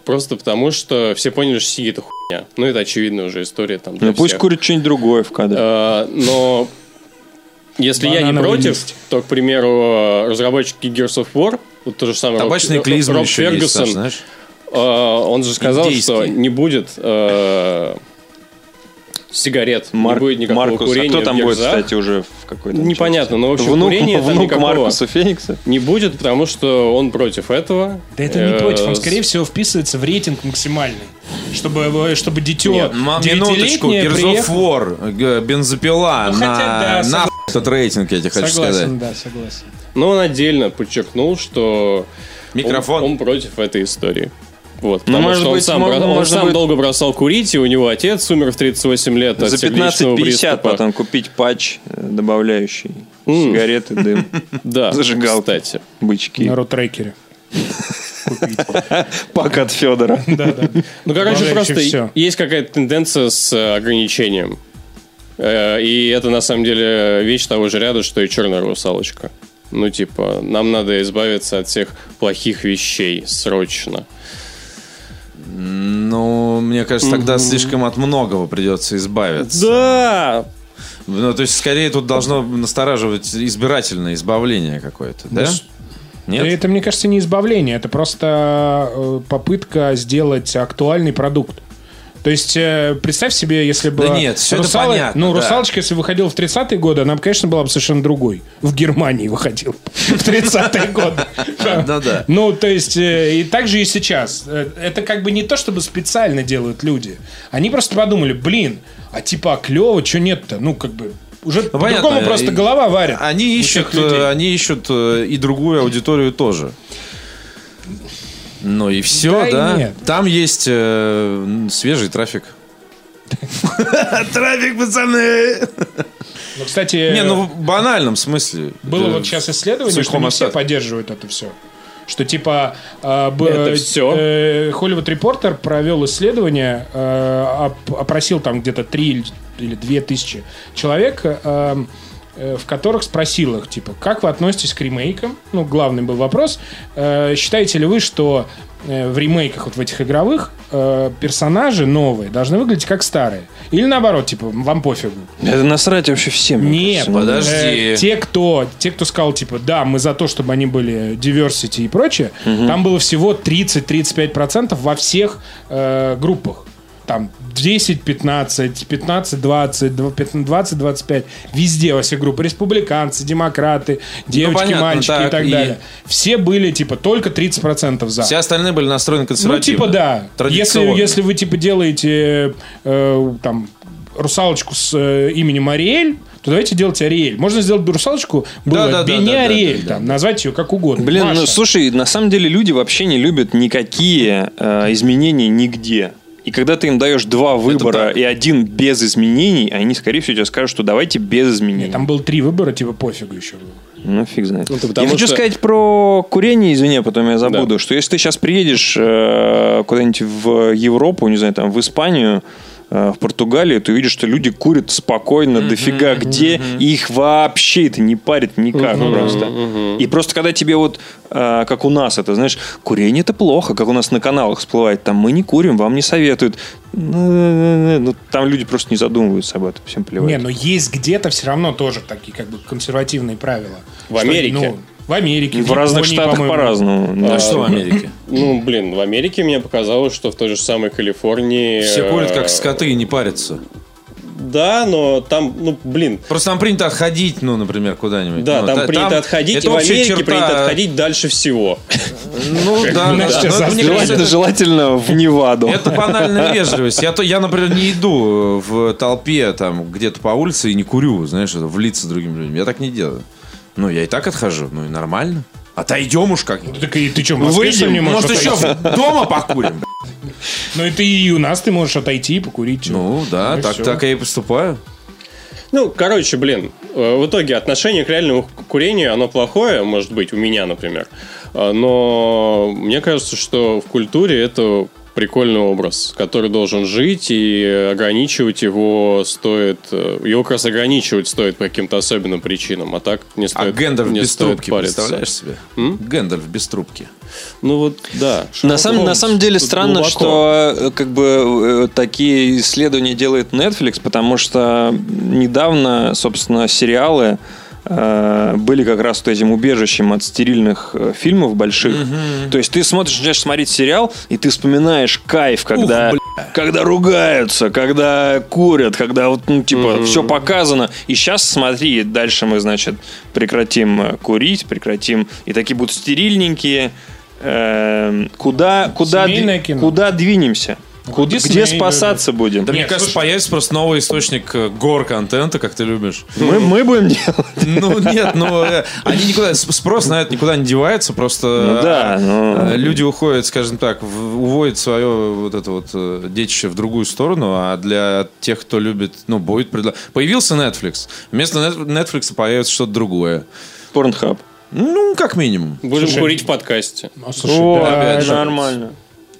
Speaker 4: просто потому, что все поняли, что сиги это хуйня. Ну, это очевидная уже история там. для
Speaker 3: Ну пусть
Speaker 4: всех.
Speaker 3: курит что-нибудь другое в кадре.
Speaker 4: Э, но если я не
Speaker 2: Банановый
Speaker 4: против,
Speaker 2: лист.
Speaker 4: то, к примеру, э, разработчики Gears of War, вот то же самое.
Speaker 1: Табачные
Speaker 4: Роб-
Speaker 1: клизмы
Speaker 4: Роб
Speaker 1: еще есть,
Speaker 4: Фергюсон,
Speaker 1: Саш, знаешь?
Speaker 4: э, он же сказал,
Speaker 1: Индейские.
Speaker 4: что не будет э, сигарет,
Speaker 3: Марк-
Speaker 4: не будет никакого
Speaker 3: Маркус.
Speaker 4: курения.
Speaker 3: А кто там
Speaker 4: в
Speaker 3: будет,
Speaker 4: «Герзах».
Speaker 3: кстати, уже в какой-то...
Speaker 4: Непонятно, но, в общем,
Speaker 3: внук,
Speaker 4: курения там
Speaker 3: внук
Speaker 4: никакого.
Speaker 3: Маркуса Феникса.
Speaker 4: Не будет, потому что он против этого.
Speaker 2: Да это не
Speaker 4: Э,
Speaker 2: против, он,
Speaker 4: с-
Speaker 2: скорее всего, вписывается в рейтинг максимальный. Чтобы, э, чтобы дитё
Speaker 1: Нет, ма- минуточку,
Speaker 2: девятилетнее
Speaker 1: Герзов
Speaker 2: приехало-
Speaker 1: Вор, г- бензопила,
Speaker 2: Ну, хотя
Speaker 1: на,
Speaker 2: да, сог-
Speaker 1: нахуй этот рейтинг, я тебе хочу
Speaker 2: Согласен,
Speaker 1: сказать.
Speaker 2: да, согласен.
Speaker 4: Но он отдельно подчеркнул, что он-
Speaker 1: Микрофон.
Speaker 4: Он, против этой истории. Вот,
Speaker 3: Ну,
Speaker 4: потому
Speaker 3: может
Speaker 4: что он
Speaker 3: быть,
Speaker 4: сам,
Speaker 3: мог-
Speaker 4: бро- он
Speaker 3: может
Speaker 4: сам
Speaker 3: быть-
Speaker 4: долго бросал курить, и у него отец умер в 38 лет от
Speaker 3: За
Speaker 4: сердечного
Speaker 3: 15.50
Speaker 4: приступа.
Speaker 3: потом купить патч, э, добавляющий
Speaker 4: М.
Speaker 3: сигареты, дым,
Speaker 4: Да,
Speaker 3: Зажигалка.
Speaker 4: кстати.
Speaker 3: бычки.
Speaker 2: На ротрекере. Купить.
Speaker 3: Пак от Федора.
Speaker 2: Да, да.
Speaker 4: Ну, короче,
Speaker 2: Добавляющий
Speaker 4: просто
Speaker 2: всё.
Speaker 4: есть какая-то тенденция с э, ограничением. Э, И это, на самом деле, вещь того же ряда, что и черная русалочка. Ну, типа, нам надо избавиться от всех плохих вещей срочно.
Speaker 1: Ну, мне кажется, тогда слишком от многого придется избавиться.
Speaker 4: Да!
Speaker 1: Ну, то есть, скорее, тут должно настораживать избирательное избавление какое-то, да?
Speaker 2: Да
Speaker 1: Нет?
Speaker 2: Это, мне кажется, не избавление, это просто э, попытка сделать актуальный продукт. То есть, э, представь себе, если бы...
Speaker 1: нет, всё это понятно,
Speaker 2: Ну,
Speaker 1: да.
Speaker 2: «Русалочка», если выходила в 30-е годы, она бы, конечно, была бы совершенно другой. В Германии выходила в 30-е годы.
Speaker 1: Да-да.
Speaker 2: Ну, то есть, э, и так же и сейчас. Э, Это как бы не то, чтобы специально делают люди. Они просто подумали, блин, а типа, клево, что нет-то? Ну, как бы, уже
Speaker 1: Ну, понятно.
Speaker 2: по-другому просто голова варит.
Speaker 1: Они
Speaker 2: у
Speaker 1: ищут,
Speaker 2: тех людей.
Speaker 1: э, они ищут э, и другую аудиторию тоже. Ну и все,
Speaker 2: Да
Speaker 1: да?
Speaker 2: и нет.
Speaker 1: Там есть э, м, свежий трафик. Трафик, пацаны!
Speaker 2: Ну, кстати...
Speaker 1: Не, ну в банальном смысле.
Speaker 2: Было
Speaker 1: Э,
Speaker 2: вот сейчас исследование, что
Speaker 1: сухом
Speaker 2: не все
Speaker 1: остатке.
Speaker 2: поддерживают это все. Что типа э, б-
Speaker 4: Это всё?
Speaker 2: э, Hollywood Reporter провел исследование, э, оп- опросил там где-то 3 или- или 2 тысячи человек, э, э, в которых спросил их, типа, как вы относитесь к ремейкам? Ну, главный был вопрос. Э, считаете ли вы, что э, в ремейках, вот в этих игровых, э, персонажи новые должны выглядеть как старые? Или наоборот, типа, вам пофигу?
Speaker 3: Это насрать вообще всем. мне
Speaker 2: Нет,
Speaker 3: кажется.
Speaker 1: подожди.
Speaker 2: Э, те, кто, те, кто сказал, типа, да, мы за то, чтобы они были diversity и прочее, там было всего 30-35% во всех э, группах. Там 10, 15, 15, 20, 20, 25. Везде во всех группах. Республиканцы, демократы, девочки,
Speaker 1: Ну, понятно,
Speaker 2: мальчики и
Speaker 1: так,
Speaker 2: так
Speaker 1: и-
Speaker 2: далее. Все были, типа, только 30% за.
Speaker 1: Все остальные были настроены
Speaker 2: Ну,
Speaker 1: консервативно.
Speaker 2: типа, да. Если,
Speaker 1: Традиционно.
Speaker 2: если вы, типа, делаете э, там русалочку с э, именем Ариэль, то давайте делать Ариэль. Можно сделать русалочку, было
Speaker 1: Да-да-да,
Speaker 2: Бени
Speaker 1: да-да-да,
Speaker 2: Ариэль,
Speaker 1: да-да.
Speaker 2: там, назвать ее как угодно.
Speaker 3: Блин,
Speaker 2: Маша.
Speaker 3: ну слушай, на самом деле люди вообще не любят никакие э, изменения нигде. И когда ты им даешь два выбора
Speaker 1: так.
Speaker 3: и один без изменений, они, скорее всего, тебе скажут, что давайте без изменений.
Speaker 2: Нет, там было три выбора, типа, пофигу еще.
Speaker 3: Ну, фиг знает.
Speaker 4: Ну, ты
Speaker 3: я
Speaker 4: потому
Speaker 3: хочу
Speaker 4: что-
Speaker 3: сказать про курение, извини, а потом я забуду, что если ты сейчас приедешь э, куда-нибудь в Европу, не знаю, там, в Испанию, э, в Португалию, ты видишь, что люди курят спокойно, дофига где, и их вообще это не парит никак просто. И просто когда тебе вот, э, как у нас это, знаешь, курение это плохо, как у нас на каналах всплывает, там, мы не курим, вам не советуют. Ну, там люди просто не задумываются об этом, всем плевать.
Speaker 2: Не, ну, но есть где-то все равно тоже такие, как бы, консервативные правила.
Speaker 4: В Америке?
Speaker 2: ну, в Америке.
Speaker 3: в разных
Speaker 2: Японии,
Speaker 3: штатах
Speaker 2: по-моему.
Speaker 3: по-разному.
Speaker 1: А
Speaker 3: да.
Speaker 1: что в Америке?
Speaker 4: Ну, блин, в Америке мне показалось, что в той же самой Калифорнии...
Speaker 1: Все курят,
Speaker 4: э,
Speaker 1: как скоты, и не парятся.
Speaker 4: Да, но там, ну, блин,
Speaker 1: Просто там принято отходить, ну, например, куда-нибудь.
Speaker 4: да,
Speaker 1: Ну,
Speaker 4: там
Speaker 1: та-
Speaker 4: принято отходить,
Speaker 1: это
Speaker 4: и в
Speaker 1: общая
Speaker 4: Америке
Speaker 1: черта.
Speaker 4: принято отходить дальше всего.
Speaker 1: Ну, да,
Speaker 2: бы,
Speaker 1: да.
Speaker 2: знаешь,
Speaker 1: Но это, мне
Speaker 2: сейчас
Speaker 1: кажется,
Speaker 3: Желательно,
Speaker 1: это-
Speaker 3: желательно в Неваду.
Speaker 1: Это банальная вежливость. Я, то, я, например, не иду в толпе там где-то по улице и не курю, знаешь, это, в лица другим людям. Я так не делаю. Ну, я и так отхожу, ну и нормально. Отойдем уж как-нибудь.
Speaker 2: Ну, так и ты что, в Москве, что ли, не можешь
Speaker 1: может, еще
Speaker 2: отойти?
Speaker 1: дома покурим.
Speaker 2: Ну, и ты и у нас ты можешь отойти и покурить. чё.
Speaker 1: Ну, да,
Speaker 2: Ну, и
Speaker 1: так,
Speaker 2: всё.
Speaker 1: так я и поступаю.
Speaker 4: Ну, короче, блин, э, в итоге отношение к реальному к- курению, оно плохое, может быть, у меня, например. Э, Но мне кажется, что в культуре это прикольный образ, который должен жить, и ограничивать его стоит... э, Его как раз ограничивать стоит по каким-то особенным причинам, а так не
Speaker 1: А
Speaker 4: стоит
Speaker 1: Гэндальф
Speaker 4: не
Speaker 1: без
Speaker 4: стоит
Speaker 1: трубки,
Speaker 4: париться.
Speaker 1: представляешь себе? Гэндальф без трубки.
Speaker 4: Ну вот, да.
Speaker 3: На самом, на самом деле
Speaker 4: Тут
Speaker 3: странно,
Speaker 4: глубоко.
Speaker 3: что э, как бы э, такие исследования делает Netflix, потому что недавно, собственно, сериалы э, были как раз вот этим убежищем от стерильных э, фильмов больших. То есть ты смотришь, начинаешь смотреть сериал, и ты вспоминаешь кайф, когда, когда ругаются, когда курят, когда вот, ну, типа, все показано. И сейчас смотри, дальше мы, значит, прекратим э, курить, прекратим, и такие будут стерильненькие. Эм, куда, куда,
Speaker 2: Семейное
Speaker 3: дви-
Speaker 2: кино.
Speaker 3: куда двинемся?
Speaker 1: Ну,
Speaker 3: Куда-
Speaker 2: Дисней,
Speaker 3: где спасаться будем?
Speaker 1: Да мне
Speaker 2: Нет,
Speaker 1: кажется,
Speaker 2: слушай.
Speaker 1: появится просто новый источник э, гор контента, как ты любишь.
Speaker 3: Мы, мы будем делать.
Speaker 1: Ну нет, ну э, они никуда с- спрос на это никуда не девается, просто
Speaker 3: Ну да,
Speaker 1: э,
Speaker 3: ну.
Speaker 1: э, люди уходят, скажем так, в- уводят свое вот это вот э, детище в другую сторону, а для тех, кто любит, ну будет предла- появился Netflix, вместо Нет- Netflix появится что-то другое,
Speaker 3: Порнхаб.
Speaker 1: ну как минимум.
Speaker 4: Будем
Speaker 2: Слушай,
Speaker 4: курить в подкасте.
Speaker 2: А, слушай,
Speaker 3: О,
Speaker 2: да,
Speaker 1: опять же.
Speaker 3: нормально.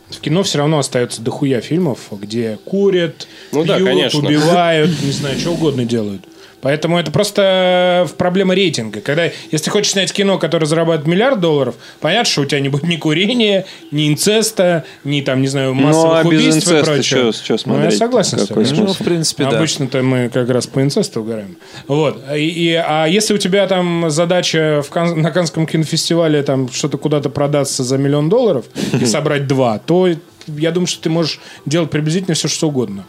Speaker 2: В кино все равно остается дохуя фильмов, где курят,
Speaker 4: Ну да,
Speaker 2: пьют,
Speaker 4: конечно.
Speaker 2: убивают, не знаю, что угодно делают. Поэтому это просто э, проблема рейтинга. Когда, если хочешь снять кино, которое зарабатывает миллиард долларов, понятно, что у тебя не будет ни курения, ни инцеста, ни там, не знаю, массовых
Speaker 3: а без
Speaker 2: убийств и
Speaker 3: инцеста
Speaker 2: прочего.
Speaker 3: чё- чё
Speaker 2: ну, я
Speaker 3: смотреть?
Speaker 2: согласен с тобой.
Speaker 3: Какой смысл?
Speaker 1: Ну, в принципе, да.
Speaker 2: Обычно-то мы как раз по инцесту угораем. Вот. И, и- а если у тебя там задача в Кан- на Канском кинофестивале там что-то куда-то продаться за миллион долларов и собрать два, то я думаю, что ты можешь делать приблизительно все, что угодно.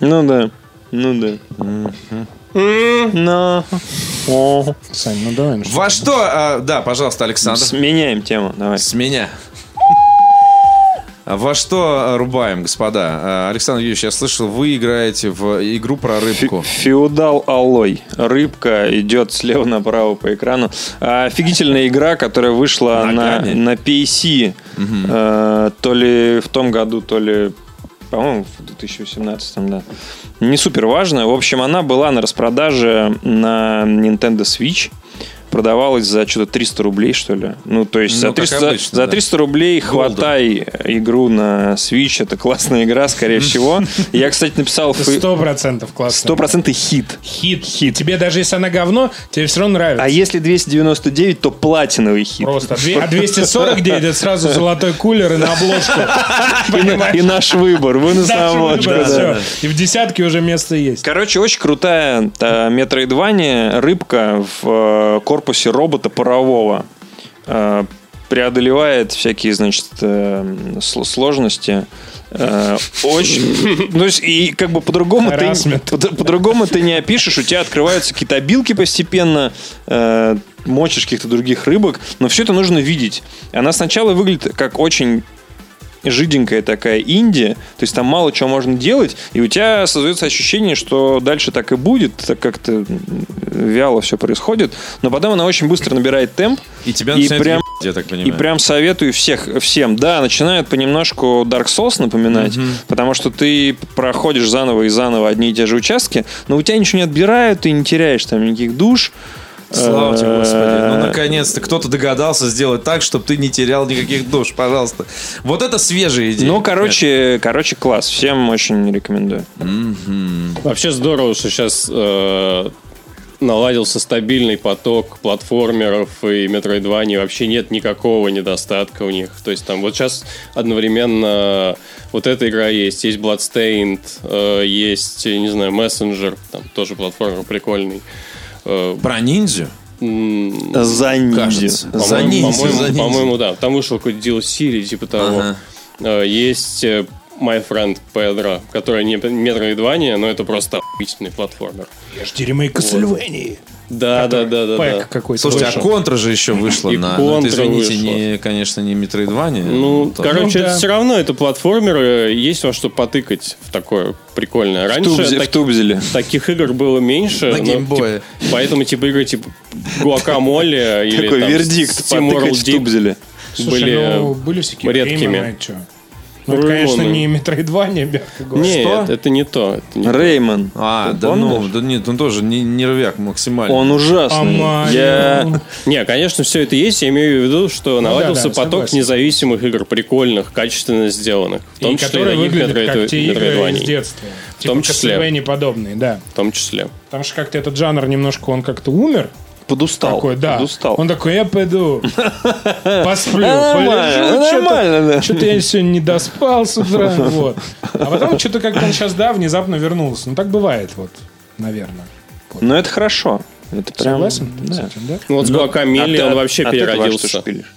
Speaker 3: Ну да. Ну да. М, на. О.
Speaker 2: Сань, ну давай. ну что
Speaker 1: Во что... а, да, пожалуйста, Александр.
Speaker 3: Сменяем тему. Давай.
Speaker 1: С меня. А Во что а, рубаем, господа? А, Александр Юрьевич, я слышал, вы играете в игру про рыбку.
Speaker 3: Феодал Алой. Рыбка идет слева направо по экрану. А, Офигительная игра, которая вышла на,
Speaker 1: Ногами?
Speaker 3: на PC. Э, То ли в том году, то ли, по-моему, в 2018, да. Не супер важно. В общем, она была на распродаже на Nintendo Switch. Продавалась за что-то 300 рублей, что ли. Ну, то есть
Speaker 1: Ну,
Speaker 3: за
Speaker 1: как
Speaker 3: 300, за-
Speaker 1: обычно,
Speaker 3: за
Speaker 1: да.
Speaker 3: 300 рублей
Speaker 1: Голдом.
Speaker 3: хватай игру на Switch. Это классная игра, скорее всего. Я, кстати, написал... в
Speaker 2: ты?
Speaker 3: фей-
Speaker 2: Сто процентов классно.
Speaker 3: 100% хит.
Speaker 2: Хит. Хит. Тебе даже если она говно, тебе все равно нравится.
Speaker 3: А если 299, то платиновый хит.
Speaker 2: Просто. А две- А 249 это сразу золотой кулер и на обложку.
Speaker 3: И, на- и
Speaker 2: Понимаешь?
Speaker 3: наш выбор. Вы на
Speaker 2: Наш выбор,
Speaker 3: самолочку, да.
Speaker 2: всё. И в десятке уже место есть.
Speaker 3: Короче, очень крутая та, метроидвания рыбка в э, корпусе робота парового. Э, преодолевает всякие, значит, э, сло- сложности. Э, очень... Ну, то есть, и как бы по-другому ты,
Speaker 2: Харассмент.
Speaker 3: по- по-другому ты не опишешь. У тебя открываются какие-то обилки постепенно, э, мочишь каких-то других рыбок. Но все это нужно видеть. Она сначала выглядит как очень жиденькая такая Индия, то есть там мало чего можно делать, и у тебя создается ощущение, что дальше так и будет, так как-то м, вяло все происходит, но потом она очень быстро набирает темп,
Speaker 1: И тебя
Speaker 3: И
Speaker 1: начинает
Speaker 3: прям-
Speaker 1: ебать, я так
Speaker 3: и
Speaker 1: понимаю.
Speaker 3: прям советую всех, всем. Да, начинает понемножку Dark Souls напоминать, потому что ты проходишь заново и заново одни и те же участки, но у тебя ничего не отбирают, ты не теряешь там никаких душ.
Speaker 1: Слава тебе,
Speaker 3: Э,
Speaker 1: Господи. Ну, наконец-то кто-то догадался сделать так, чтобы ты не терял никаких душ, пожалуйста. Вот это свежая идея.
Speaker 3: Ну, короче, короче, класс. Всем очень рекомендую.
Speaker 4: Вообще здорово, что сейчас наладился стабильный поток платформеров и Metroidvania. Вообще нет никакого недостатка у них. То есть там вот сейчас одновременно вот эта игра есть, есть Bloodstained, э, есть, я не знаю, Messenger, там тоже платформер прикольный. Э,
Speaker 1: Про ниндзю?
Speaker 4: м,
Speaker 3: За
Speaker 1: Кажется.
Speaker 3: ниндзя.
Speaker 1: За
Speaker 4: по-моему,
Speaker 1: ниндзя,
Speaker 4: по-моему,
Speaker 1: за ниндзя.
Speaker 4: по-моему, да. Там вышел какой-то DLC или типа того.
Speaker 1: Ага.
Speaker 4: Э, Есть э, My Friend Pedro, которая не Metroidvania, но это просто охуительный платформер.
Speaker 2: Я ж ремейк Кассельвении.
Speaker 4: Да, да, да, да,
Speaker 2: Пэк
Speaker 4: да.
Speaker 2: какой-то.
Speaker 1: Слушайте, а
Speaker 2: вышел.
Speaker 1: контра же еще вышла
Speaker 4: И
Speaker 1: на... ну, это,
Speaker 4: «Контра»
Speaker 1: извините,
Speaker 4: вышла.
Speaker 1: не, конечно, не Metroidvania.
Speaker 4: Ну,
Speaker 1: то-
Speaker 4: короче,
Speaker 2: Ну, да.
Speaker 4: это все равно это платформеры, есть во что потыкать в такое прикольное. Раньше
Speaker 3: Тубзе- В
Speaker 4: таки-
Speaker 3: Тубзеле.
Speaker 4: таких игр было меньше,
Speaker 1: На
Speaker 4: но,
Speaker 1: геймбое.
Speaker 4: тип- поэтому типа игры типа Гуакамоле или
Speaker 3: Такой
Speaker 4: там,
Speaker 3: вердикт.
Speaker 4: Steam World
Speaker 3: Потыкать в
Speaker 4: Deep
Speaker 3: Тубзеле.
Speaker 2: Слушай,
Speaker 4: были, э,
Speaker 2: ну, были всякие
Speaker 4: редкими.
Speaker 2: редкими. Ну, это,
Speaker 4: Руины.
Speaker 2: конечно, не Метроидвания, мягко говоря.
Speaker 4: Нет,
Speaker 1: Что?
Speaker 4: это не то. это не то.
Speaker 3: Рейман.
Speaker 1: А,
Speaker 3: Ты
Speaker 1: да ну,
Speaker 3: помнишь?
Speaker 1: да нет, он тоже не нервяк максимально.
Speaker 3: Он ужасный.
Speaker 2: Амай.
Speaker 3: Я...
Speaker 4: Не, конечно, все это есть. Я имею в виду, что наладился
Speaker 2: Ну да,
Speaker 4: поток
Speaker 2: согласен.
Speaker 4: независимых игр, прикольных, качественно сделанных. В том
Speaker 2: И
Speaker 4: числе
Speaker 2: которые
Speaker 4: таких
Speaker 2: выглядят
Speaker 4: Metroid-
Speaker 2: как те игры
Speaker 4: Metroidvania.
Speaker 2: из детства. Типа В
Speaker 4: том числе.
Speaker 2: подобные, да.
Speaker 4: В том числе.
Speaker 2: Потому что как-то этот жанр немножко, он как-то умер.
Speaker 3: Подустал.
Speaker 2: Такой, да.
Speaker 3: Подустал.
Speaker 2: Он такой, я пойду посплю,
Speaker 3: Да нормально, да нормально, да.
Speaker 2: Что-то я сегодня не доспал с утра. Вот. А потом что-то как-то он сейчас, да, внезапно вернулся. Ну, так бывает, вот, наверное.
Speaker 3: Но это хорошо. Это прям...
Speaker 2: Согласен ты с
Speaker 3: Да.
Speaker 2: этим, да?
Speaker 4: Ну, вот с Гуакамеле
Speaker 3: А ты-
Speaker 4: он вообще
Speaker 3: а ты во что
Speaker 4: переродился.
Speaker 3: шпилишь?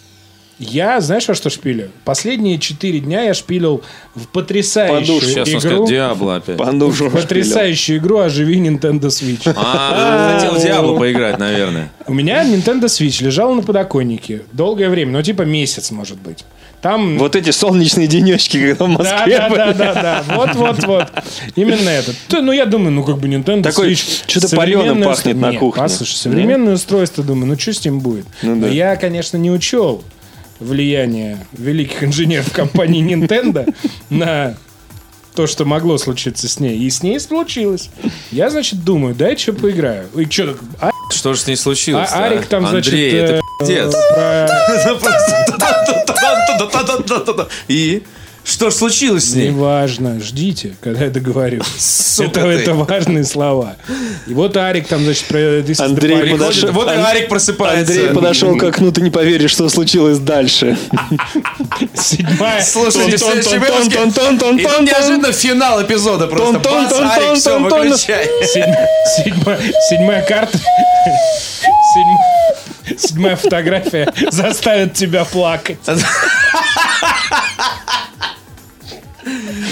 Speaker 2: Я, знаешь, во что шпилю? Последние четыре дня я шпилил в потрясающую
Speaker 1: Душ, сейчас он скажет,
Speaker 2: игру.
Speaker 1: Диабло опять.
Speaker 3: Пандушу
Speaker 2: Потрясающую игру «Оживи Nintendo Switch».
Speaker 1: А, хотел в Диабло поиграть, наверное.
Speaker 2: У меня Nintendo Switch лежала на подоконнике долгое время, ну типа месяц, может быть. Там
Speaker 3: Вот эти солнечные денечки, когда в
Speaker 2: Да,
Speaker 3: Москве.
Speaker 2: да,
Speaker 3: были.
Speaker 2: да, да, да. Вот, вот, вот. Именно это. Да, ну, я думаю, ну, как бы Nintendo
Speaker 3: Такой,
Speaker 2: Switch...
Speaker 3: что-то
Speaker 2: современное
Speaker 3: палёным
Speaker 2: устро-
Speaker 3: пахнет на
Speaker 2: Нет,
Speaker 3: кухне.
Speaker 2: послушай, современное устройство, думаю, ну, что с ним будет?
Speaker 3: Ну
Speaker 2: Но
Speaker 3: да.
Speaker 2: я, конечно, не учел влияние великих инженеров компании Nintendo на то, что могло случиться с ней. И с ней случилось. Я, значит, думаю, дай что поиграю. И что, а,
Speaker 1: Что же с ней случилось?
Speaker 2: А Арик там,
Speaker 1: Андрей,
Speaker 3: э,
Speaker 2: значит,
Speaker 1: это
Speaker 2: э,
Speaker 1: пиздец.
Speaker 2: про-
Speaker 1: И? Что ж случилось с ней?
Speaker 2: Неважно, ждите, когда я договорю.
Speaker 1: Сука
Speaker 2: Это,
Speaker 1: ты.
Speaker 2: это важные слова. И вот Арик там, значит, про This is the
Speaker 3: Андрей
Speaker 2: Paris.
Speaker 3: подошел.
Speaker 1: Ходит, Вот и
Speaker 3: Ан-
Speaker 1: Арик просыпается.
Speaker 3: Андрей подошел к окну, ты не поверишь, что случилось дальше.
Speaker 2: Седьмая.
Speaker 1: Слушайте, в следующем выпуске... И тут неожиданно финал эпизода просто.
Speaker 3: Тон-тон,
Speaker 1: Бац,
Speaker 3: тон-тон,
Speaker 1: Арик, все,
Speaker 3: тон-тон.
Speaker 1: выключай.
Speaker 2: Седьмая, седьмая- седьмая карта. Седьмая, седьмая фотография заставит тебя плакать. Короче,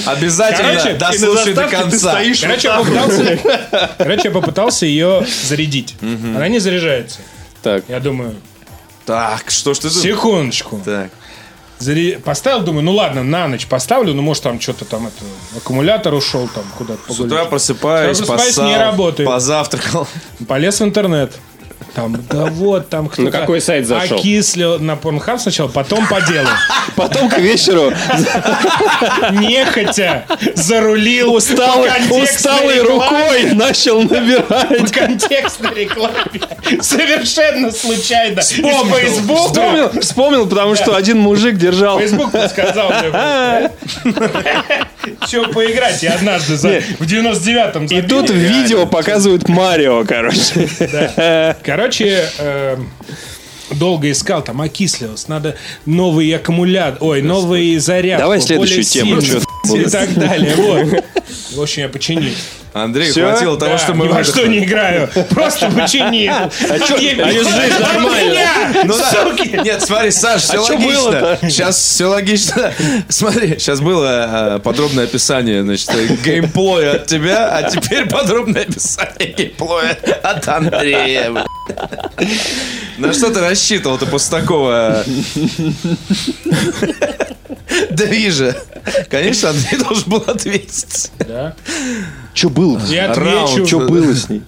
Speaker 1: Обязательно
Speaker 2: и на
Speaker 1: дослушай до
Speaker 2: заставке ты
Speaker 1: конца.
Speaker 2: стоишь Короче, я попытался, короче, я попытался ее зарядить. Она не заряжается.
Speaker 4: Так.
Speaker 2: Я думаю,
Speaker 1: Так, что ж ты тут?
Speaker 2: секундочку.
Speaker 1: Так.
Speaker 2: Заря- Поставил, думаю, ну ладно, на ночь поставлю, ну может там что-то там, это, аккумулятор ушел там куда-то
Speaker 1: С утра
Speaker 2: погулять.
Speaker 1: просыпаюсь,
Speaker 2: С утра просыпаюсь, не
Speaker 1: поссал,
Speaker 2: работает.
Speaker 1: позавтракал.
Speaker 2: Полез в интернет. Там, да вот, там кто-то...
Speaker 4: какой сайт зашел?
Speaker 2: Окислил на Pornhub сначала, потом по делу.
Speaker 3: Потом к вечеру
Speaker 2: Нехотя зарулил.
Speaker 3: устал-
Speaker 2: по контекстной
Speaker 3: усталой
Speaker 2: рекламе.
Speaker 3: рукой начал набирать.
Speaker 2: По контекстной рекламе. Совершенно случайно. Вспомнил. Facebook.
Speaker 3: Вспомнил, вспомнил, потому что один мужик держал.
Speaker 2: Facebook подсказал мне. Че поиграть? Я однажды за... в 99-м
Speaker 3: И
Speaker 2: забил.
Speaker 3: тут в видео показывают Марио, короче.
Speaker 2: Короче, эм, долго искал, там окислилось. Надо новый аккумулятор, ой, новый заряд.
Speaker 3: Давай следующую тему, чё
Speaker 2: И так далее, вот. В общем, я починил.
Speaker 1: Андрей,
Speaker 3: Всё?
Speaker 1: хватило того,
Speaker 2: Да,
Speaker 1: что
Speaker 2: ни
Speaker 1: мы
Speaker 2: во что
Speaker 1: выдохнули.
Speaker 2: не играю. Просто починил.
Speaker 3: А
Speaker 4: жизнь
Speaker 2: нормально.
Speaker 1: Ну да. Нет, смотри, Саш, все
Speaker 3: чё
Speaker 1: логично.
Speaker 3: было-то?
Speaker 1: Сейчас все логично. Смотри, сейчас было э, подробное описание, значит, э, геймплоя от тебя, а теперь подробное описание геймплоя от Андрея. бля. На что ты рассчитывал-то после такого э, движа? Конечно, Андрей должен был ответить.
Speaker 3: Что было?
Speaker 2: Я
Speaker 1: Раунд,
Speaker 2: отвечу.
Speaker 1: чё
Speaker 3: Было с ней.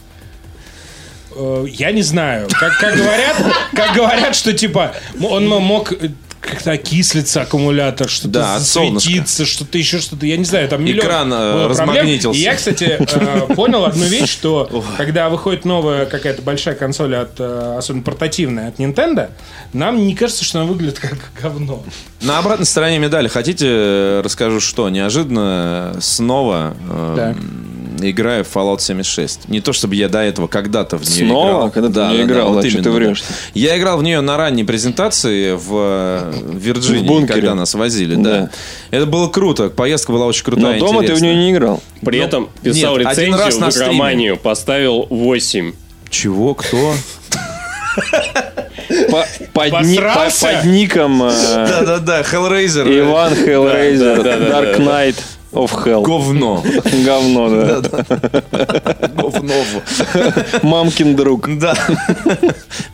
Speaker 2: Э, Я не знаю. Как, как говорят, как говорят, что типа м- он м- мог э, как-то окислиться аккумулятор, что-то
Speaker 1: Да, от солнышка.
Speaker 2: светиться, что-то еще что-то. Я не знаю, там миллион
Speaker 1: Экран, э,
Speaker 2: было проблем.
Speaker 1: размагнитился.
Speaker 2: И я, кстати, э, понял одну вещь, что когда выходит новая какая-то большая консоль, от, э, особенно портативная, от Nintendo, нам не кажется, что она выглядит как говно.
Speaker 1: На обратной стороне медали хотите э, расскажу что? Неожиданно снова э,
Speaker 2: Да.
Speaker 1: м, играю в Fallout 76. Не то чтобы я до этого когда-то в нее
Speaker 3: Снова?
Speaker 1: играл.
Speaker 3: Когда ты в неё играл? А чё ты
Speaker 1: да.
Speaker 3: врёшь-то?
Speaker 1: Я играл в нее на ранней презентации в э, Вирджинии,
Speaker 3: В бункере.
Speaker 1: когда нас возили. Да.
Speaker 3: Да.
Speaker 1: Это было круто. Поездка была очень
Speaker 3: Но
Speaker 1: крутая.
Speaker 3: дома ты в
Speaker 1: интересная.
Speaker 3: нее не играл.
Speaker 4: При
Speaker 1: Ну,
Speaker 4: этом писал
Speaker 1: нет, один
Speaker 4: рецензию
Speaker 1: раз на
Speaker 4: в игроманию, поставил 8.
Speaker 1: Чего? Кто?
Speaker 3: По- Под ни- по-
Speaker 2: Посрался?
Speaker 3: под ником э,
Speaker 1: Да-да-да, Hellraiser.
Speaker 3: Иван Hellraiser,
Speaker 4: да, да, да,
Speaker 3: Dark
Speaker 4: да.
Speaker 3: Knight of Hell.
Speaker 1: Говно.
Speaker 3: Говно, да.
Speaker 1: Говно.
Speaker 3: Мамкин друг.
Speaker 1: Да.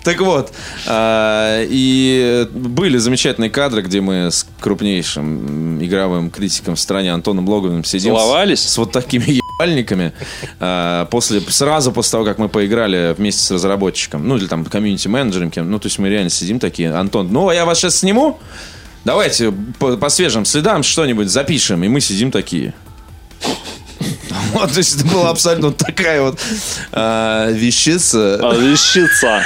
Speaker 1: Так вот, а, и были замечательные кадры, где мы с крупнейшим игровым критиком в стране Антоном Логовым сидим. с-
Speaker 3: Целовались?
Speaker 1: С вот такими ебальниками. А, После, сразу после того, как мы поиграли вместе с разработчиком, ну или там комьюнити-менеджером, кем, ну то есть мы реально сидим такие, Антон, ну а я вас сейчас сниму, давайте по, по свежим следам что-нибудь запишем, и мы сидим такие. Вот, то есть это была абсолютно такая вот а, вещица.
Speaker 3: А, Вещица.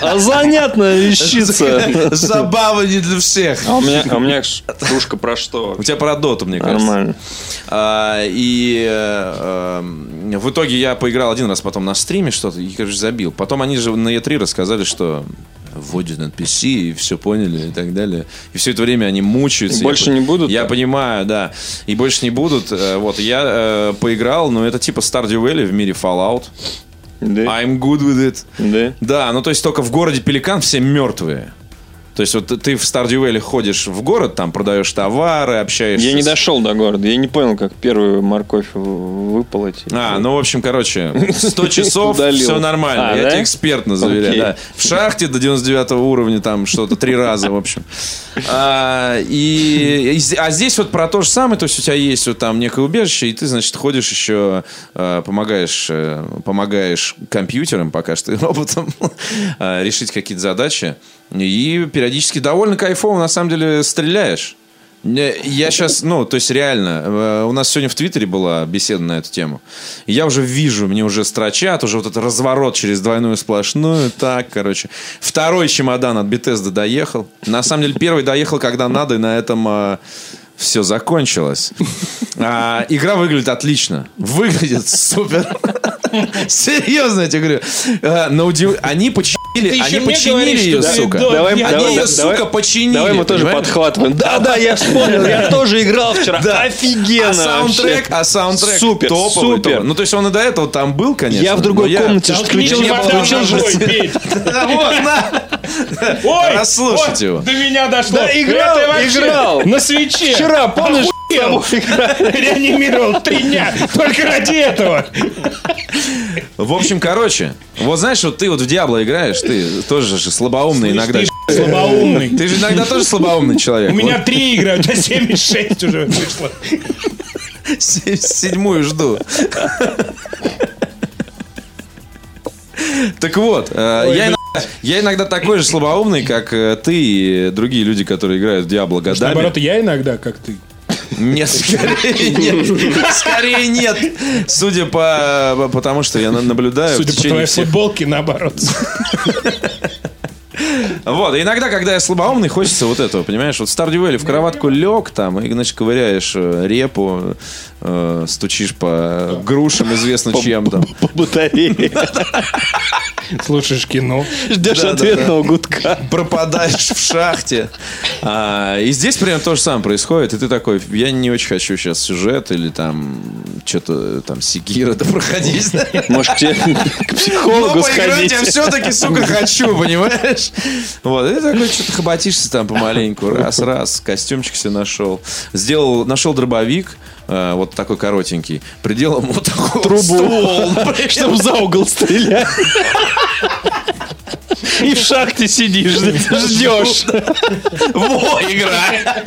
Speaker 3: А, Занятная вещица.
Speaker 1: Забава не для всех.
Speaker 3: А у меня, а у меня ж кружка про что?
Speaker 1: У тебя про доту, мне кажется.
Speaker 3: Нормально.
Speaker 1: А, и э, э, в итоге я поиграл один раз потом на стриме что-то и, короче, забил. Потом они же на E3 рассказали, что вводят NPC и все поняли и так далее. И все это время они мучаются.
Speaker 3: И больше
Speaker 1: Я
Speaker 3: не
Speaker 1: по-
Speaker 3: будут?
Speaker 1: Я понимаю, да. И больше не будут. Э, Вот, я э, поиграл, но это типа Stardew Valley в мире Fallout.
Speaker 3: Да.
Speaker 1: I'm good with it.
Speaker 3: Да.
Speaker 1: Да, ну то есть только в городе Пеликан все мертвые. То есть вот ты- ты в Стардюэле ходишь в город, там продаешь товары, общаешься.
Speaker 3: Я не
Speaker 1: с-
Speaker 3: дошел до города. Я не понял, как первую морковь в- выполоть.
Speaker 1: А, ну, в общем, короче, 100 часов,
Speaker 3: Удалил.
Speaker 1: все нормально.
Speaker 3: А,
Speaker 1: я
Speaker 3: да?
Speaker 1: тебе экспертно заверяю,
Speaker 3: Окей.
Speaker 1: да. В шахте до 99 уровня там что-то три раза, в общем. А, и, и з- а здесь вот про то же самое, то есть у тебя есть вот там некое убежище, и ты, значит, ходишь еще, э, помогаешь, э, помогаешь компьютерам пока что и роботам э, решить какие-то задачи. И периодически довольно кайфово, на самом деле, стреляешь. Не, Я сейчас, ну, то есть реально, э, у нас сегодня в Твиттере была беседа на эту тему. И Я уже вижу, мне уже строчат, уже вот этот разворот через двойную сплошную, так, короче. Второй чемодан от Бетезда доехал. На самом деле, первый доехал, когда надо, и на этом э, все закончилось. А, игра выглядит отлично. Выглядит супер. Серьезно, я тебе говорю. А, на удив- Они починили,
Speaker 2: еще
Speaker 1: они
Speaker 2: мне
Speaker 1: починили
Speaker 2: говоришь, что
Speaker 1: ее,
Speaker 2: да,
Speaker 1: сука.
Speaker 2: да,
Speaker 3: Давай,
Speaker 2: я-
Speaker 1: Они
Speaker 3: давай,
Speaker 1: ее,
Speaker 3: да, давай.
Speaker 1: сука, починили.
Speaker 3: Давай мы тоже
Speaker 1: понимаешь?
Speaker 3: подхватываем. Да, да, я вспомнил, я тоже играл вчера. Офигенно
Speaker 1: А саундтрек,
Speaker 3: вообще.
Speaker 1: а саундтрек
Speaker 3: Супер,
Speaker 1: топовый,
Speaker 3: супер.
Speaker 1: топовый. Ну, то есть он и до этого там был, конечно.
Speaker 3: Я в другой
Speaker 1: но
Speaker 3: комнате
Speaker 2: Толкни
Speaker 3: включил,
Speaker 2: чемодан
Speaker 3: включил же.
Speaker 2: ногой, Петь.
Speaker 1: Да вот, на!
Speaker 2: Ой,
Speaker 1: Расслушайте
Speaker 2: вот
Speaker 1: его.
Speaker 2: До меня дошло.
Speaker 3: Да, играл,
Speaker 2: Это вообще
Speaker 3: играл.
Speaker 2: На свече.
Speaker 3: Вчера, помнишь,
Speaker 2: Охуел. Реанимировал три дня. Только ради этого.
Speaker 1: В общем, короче, вот знаешь, вот ты вот в Диабло играешь, ты тоже же слабоумный иногда.
Speaker 2: Ты слабоумный.
Speaker 1: Ты же иногда тоже слабоумный человек.
Speaker 2: У меня три игры, а у тебя 76 уже вышло.
Speaker 1: Вот се- седьмую жду. Так вот, э, я, иногда, я иногда такой же слабоумный, как э, ты и другие люди, которые играют в Диабло годами.
Speaker 2: Наоборот, я иногда, как ты.
Speaker 1: Нет, скорее нет. Скорее нет. Судя по... по- Потому что я на- наблюдаю в
Speaker 2: Судя по
Speaker 1: течение
Speaker 2: твоей
Speaker 1: всех-
Speaker 2: футболке, наоборот.
Speaker 1: Вот, иногда, когда я слабоумный, хочется вот этого, понимаешь? Вот в Stardew Valley в кроватку лег там и, значит, ковыряешь э, репу, э, стучишь по грушам известно чем там.
Speaker 3: По батарее.
Speaker 2: Слушаешь кино.
Speaker 3: Ждешь
Speaker 1: Да, да,
Speaker 3: ответного гудка.
Speaker 1: пропадаешь в шахте. А, и здесь прям то же самое происходит, и ты такой, я не очень хочу сейчас сюжет или там что-то там Секира да проходить.
Speaker 3: Может, тебе к психологу
Speaker 1: Но поиграть
Speaker 3: сходить?
Speaker 1: я все-таки, сука, хочу, понимаешь? Вот, и ты такой что-то хоботишься там помаленьку. Раз, раз, костюмчик себе нашел. Сделал, нашел дробовик, э, вот такой коротенький. Приделал ему такую ствол.
Speaker 3: Чтобы за угол стрелять. И в шахте сидишь, ждешь.
Speaker 1: Во, игра!